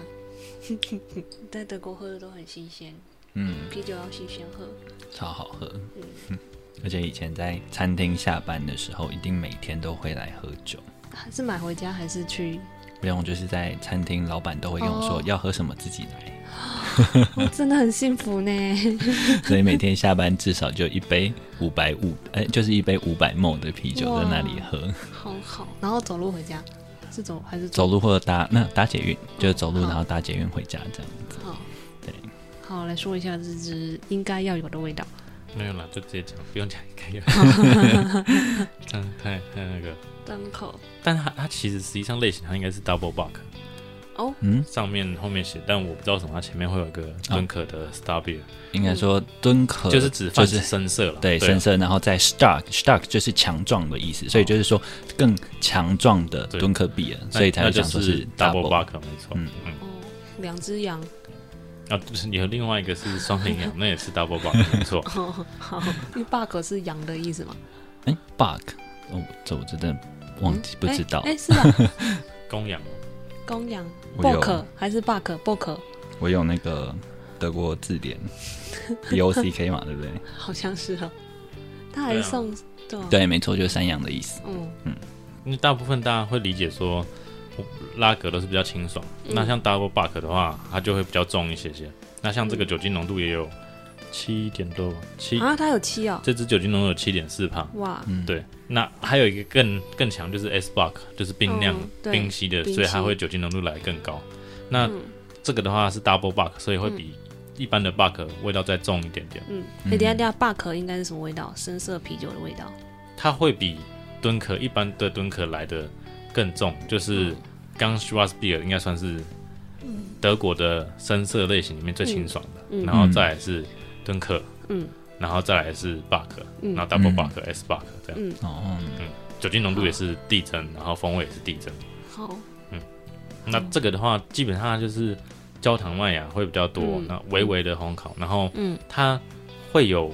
Speaker 4: 在德国喝的都很新鲜，
Speaker 1: 嗯，
Speaker 4: 啤酒要新鲜喝。
Speaker 1: 超好喝。嗯， 而且以前在餐厅下班的时候，一定每天都会来喝酒。
Speaker 4: 啊是买回家还是去？
Speaker 1: 不用，就是在餐厅，老板都会跟我说
Speaker 4: 哦
Speaker 1: 要喝什么自己来，
Speaker 4: 哦真的很幸福呢。
Speaker 1: 所以每天下班至少就一杯五百五，哎，就是一杯五百梦的啤酒在那里喝。
Speaker 4: 好好，然后走路回家，是走还是
Speaker 1: 走路或者搭那搭捷运，就是走路
Speaker 4: 好
Speaker 1: 然后搭捷运回家这样。
Speaker 4: 好，
Speaker 1: 对，
Speaker 4: 好来说一下这支应该要有的味道。
Speaker 3: 没有啦，就直接讲，不用讲应该 有。这样太太那个，
Speaker 4: 单口
Speaker 3: 但它它其实实际上类型它应该是 double buck，哦
Speaker 1: 嗯，
Speaker 3: 上面后面写，但我不知道为什么，它前面会有一个敦可的 star beer，
Speaker 1: 应该说敦可
Speaker 3: 就是指
Speaker 1: 嗯
Speaker 3: 泛
Speaker 1: 呃就
Speaker 3: 指
Speaker 1: 是
Speaker 3: 深色了。
Speaker 1: 对，
Speaker 3: 啊哦
Speaker 1: 深色，然后再 stark stark 就是强壮的意思，所以就是说更强壮的
Speaker 3: 对
Speaker 1: 敦克比尔，
Speaker 3: 那
Speaker 1: 所以才
Speaker 3: 那
Speaker 1: 会
Speaker 3: 就
Speaker 1: 讲说
Speaker 3: 是 double buck，没错。嗯
Speaker 1: 嗯
Speaker 3: 嗯。
Speaker 4: 哦，两只羊。
Speaker 3: 啊，就是有另外一个是双羚 羊，那也是 double buck，没错。
Speaker 4: 哦，好，因为 bug 是羊的意思嘛？
Speaker 1: 哎 bug，哦，这我真的忘记不知道
Speaker 4: 哎，，诶是 吧？
Speaker 3: 公羊
Speaker 4: 公羊
Speaker 1: 我有
Speaker 4: bug 还是 bug bug？
Speaker 1: 我有那个德国字 典 B O C K 嘛，对不对？
Speaker 4: 好像是哦。他还
Speaker 3: 对啊
Speaker 4: 送对啊
Speaker 1: 对，没错，就是山羊的意思。
Speaker 4: 嗯
Speaker 3: 因为大部分大家会理解说，我拉格都是比较清爽。
Speaker 4: 嗯
Speaker 3: 那像 double buck 的话，它就会比较重一些些。那像这个酒精浓度也有七点多，七、
Speaker 4: 啊，他有七哦，
Speaker 3: 这支酒精浓度有七点四帕。
Speaker 4: 哇，
Speaker 1: 嗯，，
Speaker 3: 对，那还有一个更更强就是 S buck，就是冰酿、
Speaker 4: 嗯对
Speaker 3: 冰吸的，
Speaker 4: 冰吸
Speaker 3: 所以它会酒精浓度来更高。那
Speaker 4: 嗯
Speaker 3: 这个的话是 double buck，所以会比一般的 buck 味道再重一点点。
Speaker 4: 嗯，哎，等一下等一下，bug 应该是什么味道？深色啤酒的味道。
Speaker 3: 它会比敦可一般的敦可来的更重，就是
Speaker 4: 嗯
Speaker 3: 刚 s c h w a r z b i e r 应该算是德国的深色类型里面最清爽的，
Speaker 4: 嗯嗯
Speaker 3: 然后再来是敦克，
Speaker 4: 嗯
Speaker 3: 然后再来是 Buck，、
Speaker 4: 嗯
Speaker 3: 然后 Double
Speaker 1: 嗯
Speaker 3: Buck、S Buck 这样，
Speaker 4: 嗯
Speaker 1: 哦，
Speaker 3: 酒精浓度也是递增，然后风味也是递增。
Speaker 4: 好，
Speaker 3: 那这个的话，基本上就是焦糖麦芽会比较多，
Speaker 4: 嗯
Speaker 3: 那微微的烘烤，然后
Speaker 4: 嗯
Speaker 3: 它会有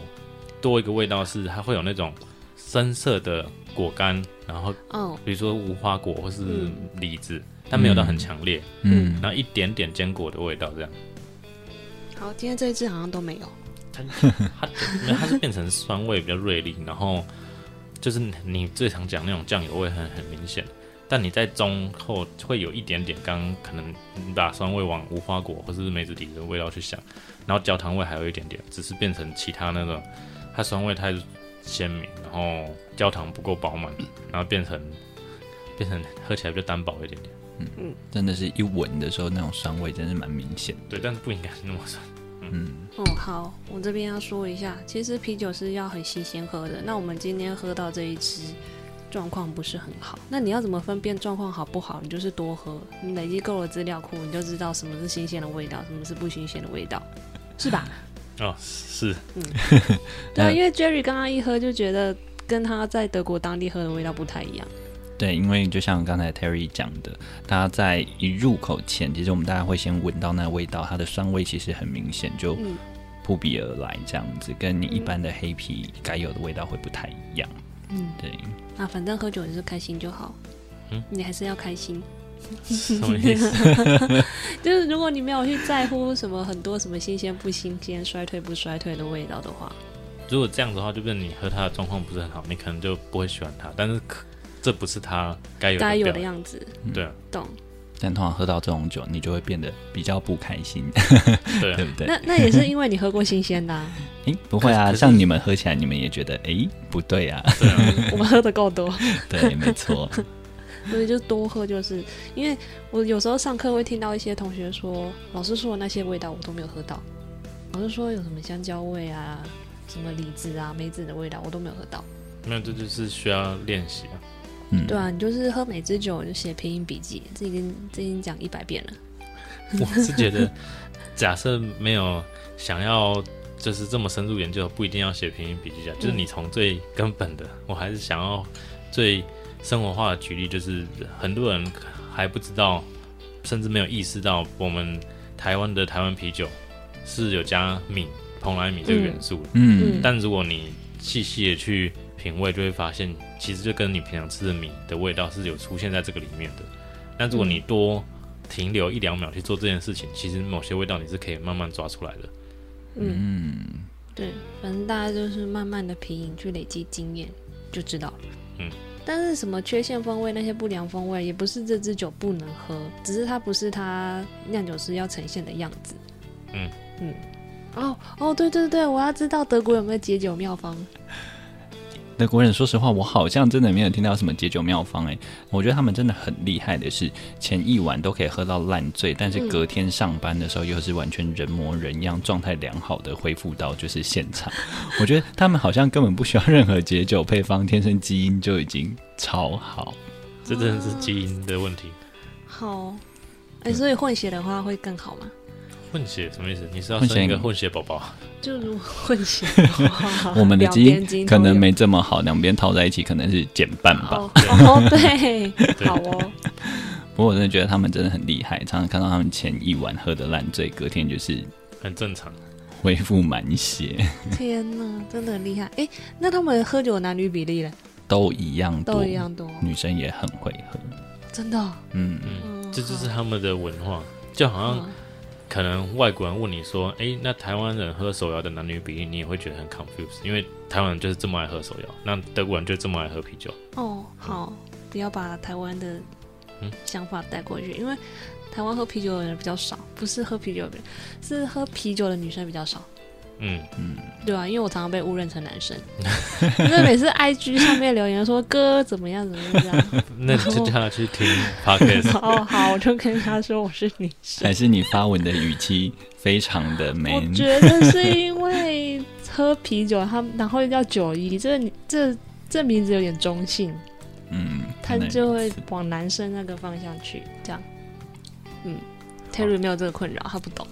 Speaker 3: 多一个味道是它会有那种深色的果干，然后
Speaker 4: 哦，
Speaker 3: 比如说无花果或是
Speaker 4: 嗯
Speaker 3: 李子，但没有到很强烈，
Speaker 1: 嗯，
Speaker 3: 然后一点点坚果的味道这样。
Speaker 4: 好，今天这一支好像都没有。
Speaker 3: 但它没有它是变成酸味比较锐利，然后就是你最常讲那种酱油味很很明显，但你在中后会有一点点刚可能你把酸味往无花果或是梅子底的味道去想，然后焦糖味还有一点点，只是变成其他那种它酸味太鲜明，然后焦糖不够饱满，然后变成变成喝起来比较单薄一点点。
Speaker 1: 真的是一闻的时候那种酸味真是蛮明显的。
Speaker 3: 对，但是不应该是那么酸。
Speaker 1: 嗯，
Speaker 4: 哦，好，我这边要说一下，其实啤酒是要很新鲜喝的。那我们今天喝到这一支，状况不是很好。那你要怎么分辨状况好不好？你就是多喝，你累积够了资料库，你就知道什么是新鲜的味道，什么是不新鲜的味道，是吧？
Speaker 3: 哦，是
Speaker 4: 对啊，
Speaker 1: 那
Speaker 4: 因为 Jerry 刚刚一喝就觉得跟他在德国当地喝的味道不太一样。
Speaker 1: 对，因为就像刚才 Terry 讲的，它在一入口前，其实我们大家会先闻到那个味道，它的酸味其实很明显，就
Speaker 4: 嗯
Speaker 1: 扑鼻而来，这样子跟你一般的黑啤该有的味道会不太一样。
Speaker 4: 嗯，
Speaker 1: 对，
Speaker 4: 啊，反正喝酒也是开心就好。
Speaker 3: 嗯
Speaker 4: 你还是要开心。
Speaker 3: 什么意思？
Speaker 4: 就是如果你没有去在乎什么很多什么新鲜不新鲜、衰退不衰退的味道的话，
Speaker 3: 如果这样子的话，就变成你喝它的状况不是很好，你可能就不会喜欢它。但是可这不是它该有
Speaker 4: 该有的
Speaker 3: 表
Speaker 4: 样子，
Speaker 3: 现对啊，
Speaker 4: 懂？
Speaker 1: 但通常喝到这种酒，你就会变得比较不开心，对
Speaker 3: 对啊，
Speaker 1: 不对？
Speaker 4: 那那也是因为你喝过新鲜的啊、
Speaker 1: 诶，不会啊，
Speaker 3: 可是
Speaker 1: 像你们喝起来，你们也觉得诶，不对啊，
Speaker 3: 对啊，
Speaker 4: 我们喝的够多，
Speaker 1: 对，没错，
Speaker 4: 所以就多喝。就是因为我有时候上课会听到一些同学说，老师说的那些味道我都没有喝到，老师说有什么香蕉味啊、什么李子啊、梅子的味道我都没有喝到。
Speaker 3: 没有，这就是需要练习啊。
Speaker 1: 嗯，
Speaker 4: 对啊，你就是喝每支酒你就写拼音笔记，这已经这已经讲一百遍了。
Speaker 3: 我是觉得，假设没有想要就是这么深入研究，不一定要写拼音笔记啊，就是你从最根本的，我还是想要最生活化的举例，就是很多人还不知道，甚至没有意识到我们台湾的台湾啤酒是有加米蓬莱米这个元素的。
Speaker 1: 嗯
Speaker 4: 嗯
Speaker 3: 但如果你细细的去品味，就会发现，其实就跟你平常吃的米的味道是有出现在这个里面的。那如果你多停留一两秒去做这件事情，其实某些味道你是可以慢慢抓出来的。
Speaker 4: 嗯，
Speaker 1: 嗯，
Speaker 4: 对，反正大家就是慢慢的品饮去累积经验，就知道了。
Speaker 3: 嗯，
Speaker 4: 但是什么缺陷风味那些不良风味，也不是这支酒不能喝，只是它不是它酿酒师要呈现的样子。
Speaker 3: 嗯
Speaker 4: 嗯，哦哦，对对对，我要知道德国有没有解酒妙方。
Speaker 1: 德国人，说实话，我好像真的没有听到什么解酒妙方哎、我觉得他们真的很厉害的是，前一晚都可以喝到烂醉，但是隔天上班的时候又是完全人模人样，状态良好的恢复到就是现场。 我觉得他们好像根本不需要任何解酒配方，天生基因就已经超好。
Speaker 3: 这真的是基因的问题。
Speaker 4: 好，哎、所以混血的话会更好吗？
Speaker 3: 混血什么意思？你是要
Speaker 1: 混血，
Speaker 3: 生一个混血宝宝？
Speaker 4: 就如果混血的话
Speaker 1: 我们的
Speaker 4: 两
Speaker 1: 哦基
Speaker 4: 边
Speaker 1: 因
Speaker 4: 都
Speaker 1: 可能
Speaker 4: 有
Speaker 1: 没这么好，两边套在一起可能是减半吧。
Speaker 4: 哦哦，对，
Speaker 3: 对
Speaker 4: 好哦，
Speaker 1: 不过我真的觉得他们真的很厉害，常常看到他们前一晚喝的烂醉，隔天就是
Speaker 3: 很正常。
Speaker 1: 恢复满血，
Speaker 4: 天哪，真的很厉害！哎、那他们喝酒的男女比例嘞，
Speaker 1: 都一样多，嗯
Speaker 4: 都一样多，
Speaker 1: 女生也很会喝，
Speaker 4: 真的哦、
Speaker 1: 嗯，
Speaker 3: 嗯，
Speaker 4: 嗯，
Speaker 3: 这就是
Speaker 4: 好
Speaker 3: 他们的文化，就好像
Speaker 4: 嗯
Speaker 3: 可能外国人问你说：“诶，那台湾人喝手摇的男女比例，你也会觉得很 confused，因为台湾人就是这么爱喝手摇，那德国人就这么爱喝啤酒。
Speaker 4: 哦，好，不要把台湾的
Speaker 3: 嗯
Speaker 4: 想法带过去，因为台湾喝啤酒的人比较少，不是喝啤酒的人，是喝啤酒的女生比较少。”
Speaker 3: 嗯，
Speaker 4: 对啊，因为我常常被误认成男生，那每次 IG 上面留言说哥怎么样怎么样怎么样，
Speaker 3: 那你就叫他去听 podcast，
Speaker 4: 哦好，我就跟他说我是女 生
Speaker 1: 还。是你发文的语气非常的
Speaker 4: 我
Speaker 1: man，
Speaker 4: 觉得是因为喝啤酒，他们然后又叫九一，这这这名字有点中性，
Speaker 1: 嗯，
Speaker 4: 他
Speaker 1: 可能
Speaker 4: 就会
Speaker 1: 是
Speaker 4: 往男生那个方向去，这样。嗯，Terry 没有这个困扰，他 不懂。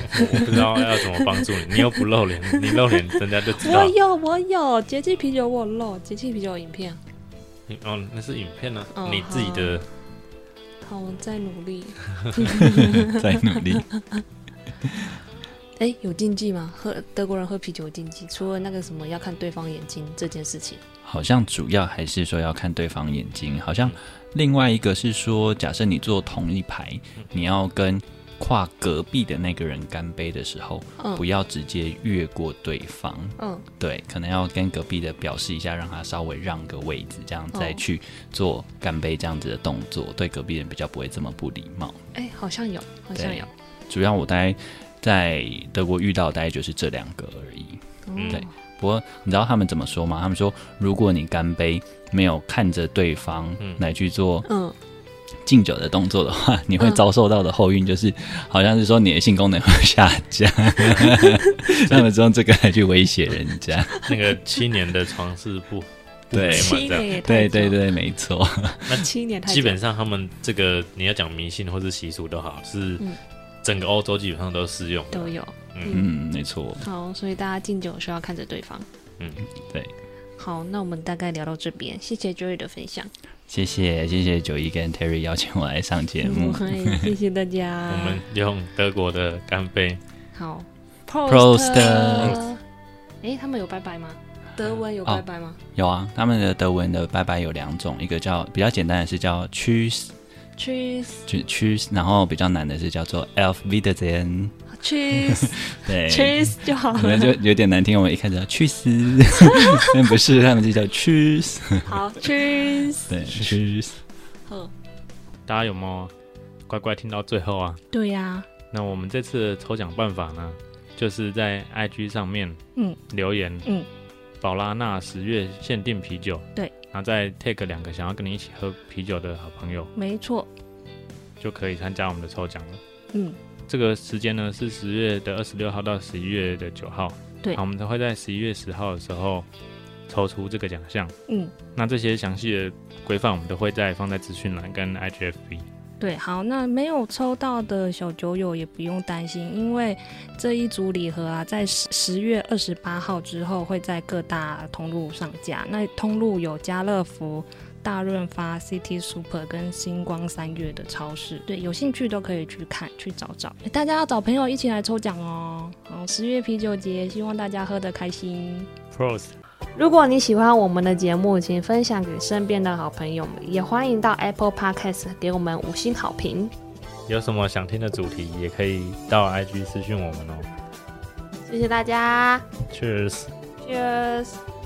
Speaker 3: 我我不知道要怎么帮助你，你又不露脸， 你露脸人家就知
Speaker 4: 我
Speaker 3: 道。
Speaker 4: 有，我有节气啤酒，我有漏节气啤酒影片。
Speaker 3: 你哦，那是影片呢、
Speaker 4: 哦
Speaker 3: 你自己的
Speaker 4: 好，我在努力。
Speaker 1: 在努力，
Speaker 4: 哎，有禁忌吗？喝德国人喝啤酒有禁忌，除了那个什么要看对方眼睛这件事情。
Speaker 1: 好像主要还是说要看对方眼睛，好像另外一个是说，假设你坐同一排，你要跟跨隔壁的那个人干杯的时候，不
Speaker 4: 嗯
Speaker 1: 要直接越过对方，
Speaker 4: 嗯
Speaker 1: 对，可能要跟隔壁的表示一下，让他稍微让个位置，这样再
Speaker 4: 哦
Speaker 1: 去做干杯这样子的动作，对隔壁人比较不会这么不礼貌。
Speaker 4: 哎、好像有，好像
Speaker 1: 对
Speaker 4: 有，
Speaker 1: 主要我大概在德国遇到，大概就是这两个而已。
Speaker 4: 嗯
Speaker 1: 对不过你知道他们怎么说吗？他们说，如果你干杯没有看着对方
Speaker 3: 嗯
Speaker 1: 来去做
Speaker 4: 嗯，
Speaker 1: 敬酒的动作的话，你会遭受到的后运就是，好像是说你的性功能会下 降。他们是用这个来去威胁人家。
Speaker 3: 那个七年的床是不不
Speaker 1: 对
Speaker 3: 美
Speaker 4: 七
Speaker 3: 满这
Speaker 4: 年
Speaker 3: 样。
Speaker 4: 也
Speaker 1: 对
Speaker 4: 太久
Speaker 1: 对
Speaker 4: 了，
Speaker 1: 对，没错。
Speaker 4: 七年 太久
Speaker 3: 基本上他们这个你要讲迷信或是习俗都好，是
Speaker 4: 嗯
Speaker 3: 整个欧洲基本上都适用的。
Speaker 4: 都有。
Speaker 1: 嗯，没错。
Speaker 4: 好，所以大家敬酒的时候要看着对方。
Speaker 3: 嗯，
Speaker 1: 对。
Speaker 4: 好，那我们大概聊到这边，谢谢 Joy 的分享，
Speaker 1: 谢谢谢谢九一跟 Terry 邀请我来上节 目。
Speaker 4: 嗯谢谢大家。
Speaker 3: 我们用德国的干杯，
Speaker 4: 好
Speaker 1: Prost
Speaker 4: 哎，他们有拜拜吗？德文有
Speaker 1: 哦
Speaker 4: 拜拜吗？
Speaker 1: 有啊，他们的德文的拜拜有两种，一个叫比较简单的是叫 Cheers，
Speaker 4: Cheers，Cheers，
Speaker 1: 就 Cheers，然后比较难的是叫做 Elf Wiedersehen。对
Speaker 4: Cheers 就好
Speaker 1: 可能
Speaker 4: 了。
Speaker 1: 就有点难听。哎我们一开始叫去死，但不是，他们就叫去死。
Speaker 4: 好，Cheers。
Speaker 1: 对，去死。
Speaker 4: 好，
Speaker 3: 大家有没有乖乖听到最后啊？
Speaker 2: 对呀、
Speaker 3: 那我们这次的抽奖办法呢，就是在 IG 上面，
Speaker 2: 嗯，
Speaker 3: 留言，
Speaker 2: 嗯，
Speaker 3: 宝拉纳十月限定啤酒，
Speaker 2: 对，
Speaker 3: 然后再 take 两个想要跟你一起喝啤酒的好朋友，
Speaker 2: 没错，
Speaker 3: 就可以参加我们的抽奖了。
Speaker 2: 嗯，
Speaker 3: 这个时间呢是十月的二十六号到十一月的九号，
Speaker 2: 对
Speaker 3: 好，我们都会在十一月十号的时候抽出这个奖项。
Speaker 2: 嗯，
Speaker 3: 那这些详细的规范我们都会再放在资讯栏跟 IGFB。
Speaker 2: 对，好，那没有抽到的小酒友也不用担心，因为这一组礼盒啊，在十十月二十八号之后会在各大通路上架。那通路有家乐福、大润发、CT Super 跟星光三月的超市，对，有兴趣都可以去看去找找。大家要找朋友一起来抽奖哦。好，十月啤酒节，希望大家喝得开心。
Speaker 3: Pros，
Speaker 4: 如果你喜欢我们的节目，请分享给身边的好朋友们，也欢迎到 Apple Podcast 给我们五星好评。
Speaker 3: 有什么想听的主题也可以到 IG 私讯我们哦。
Speaker 4: 谢谢大家
Speaker 3: Cheers。
Speaker 4: ，Cheers。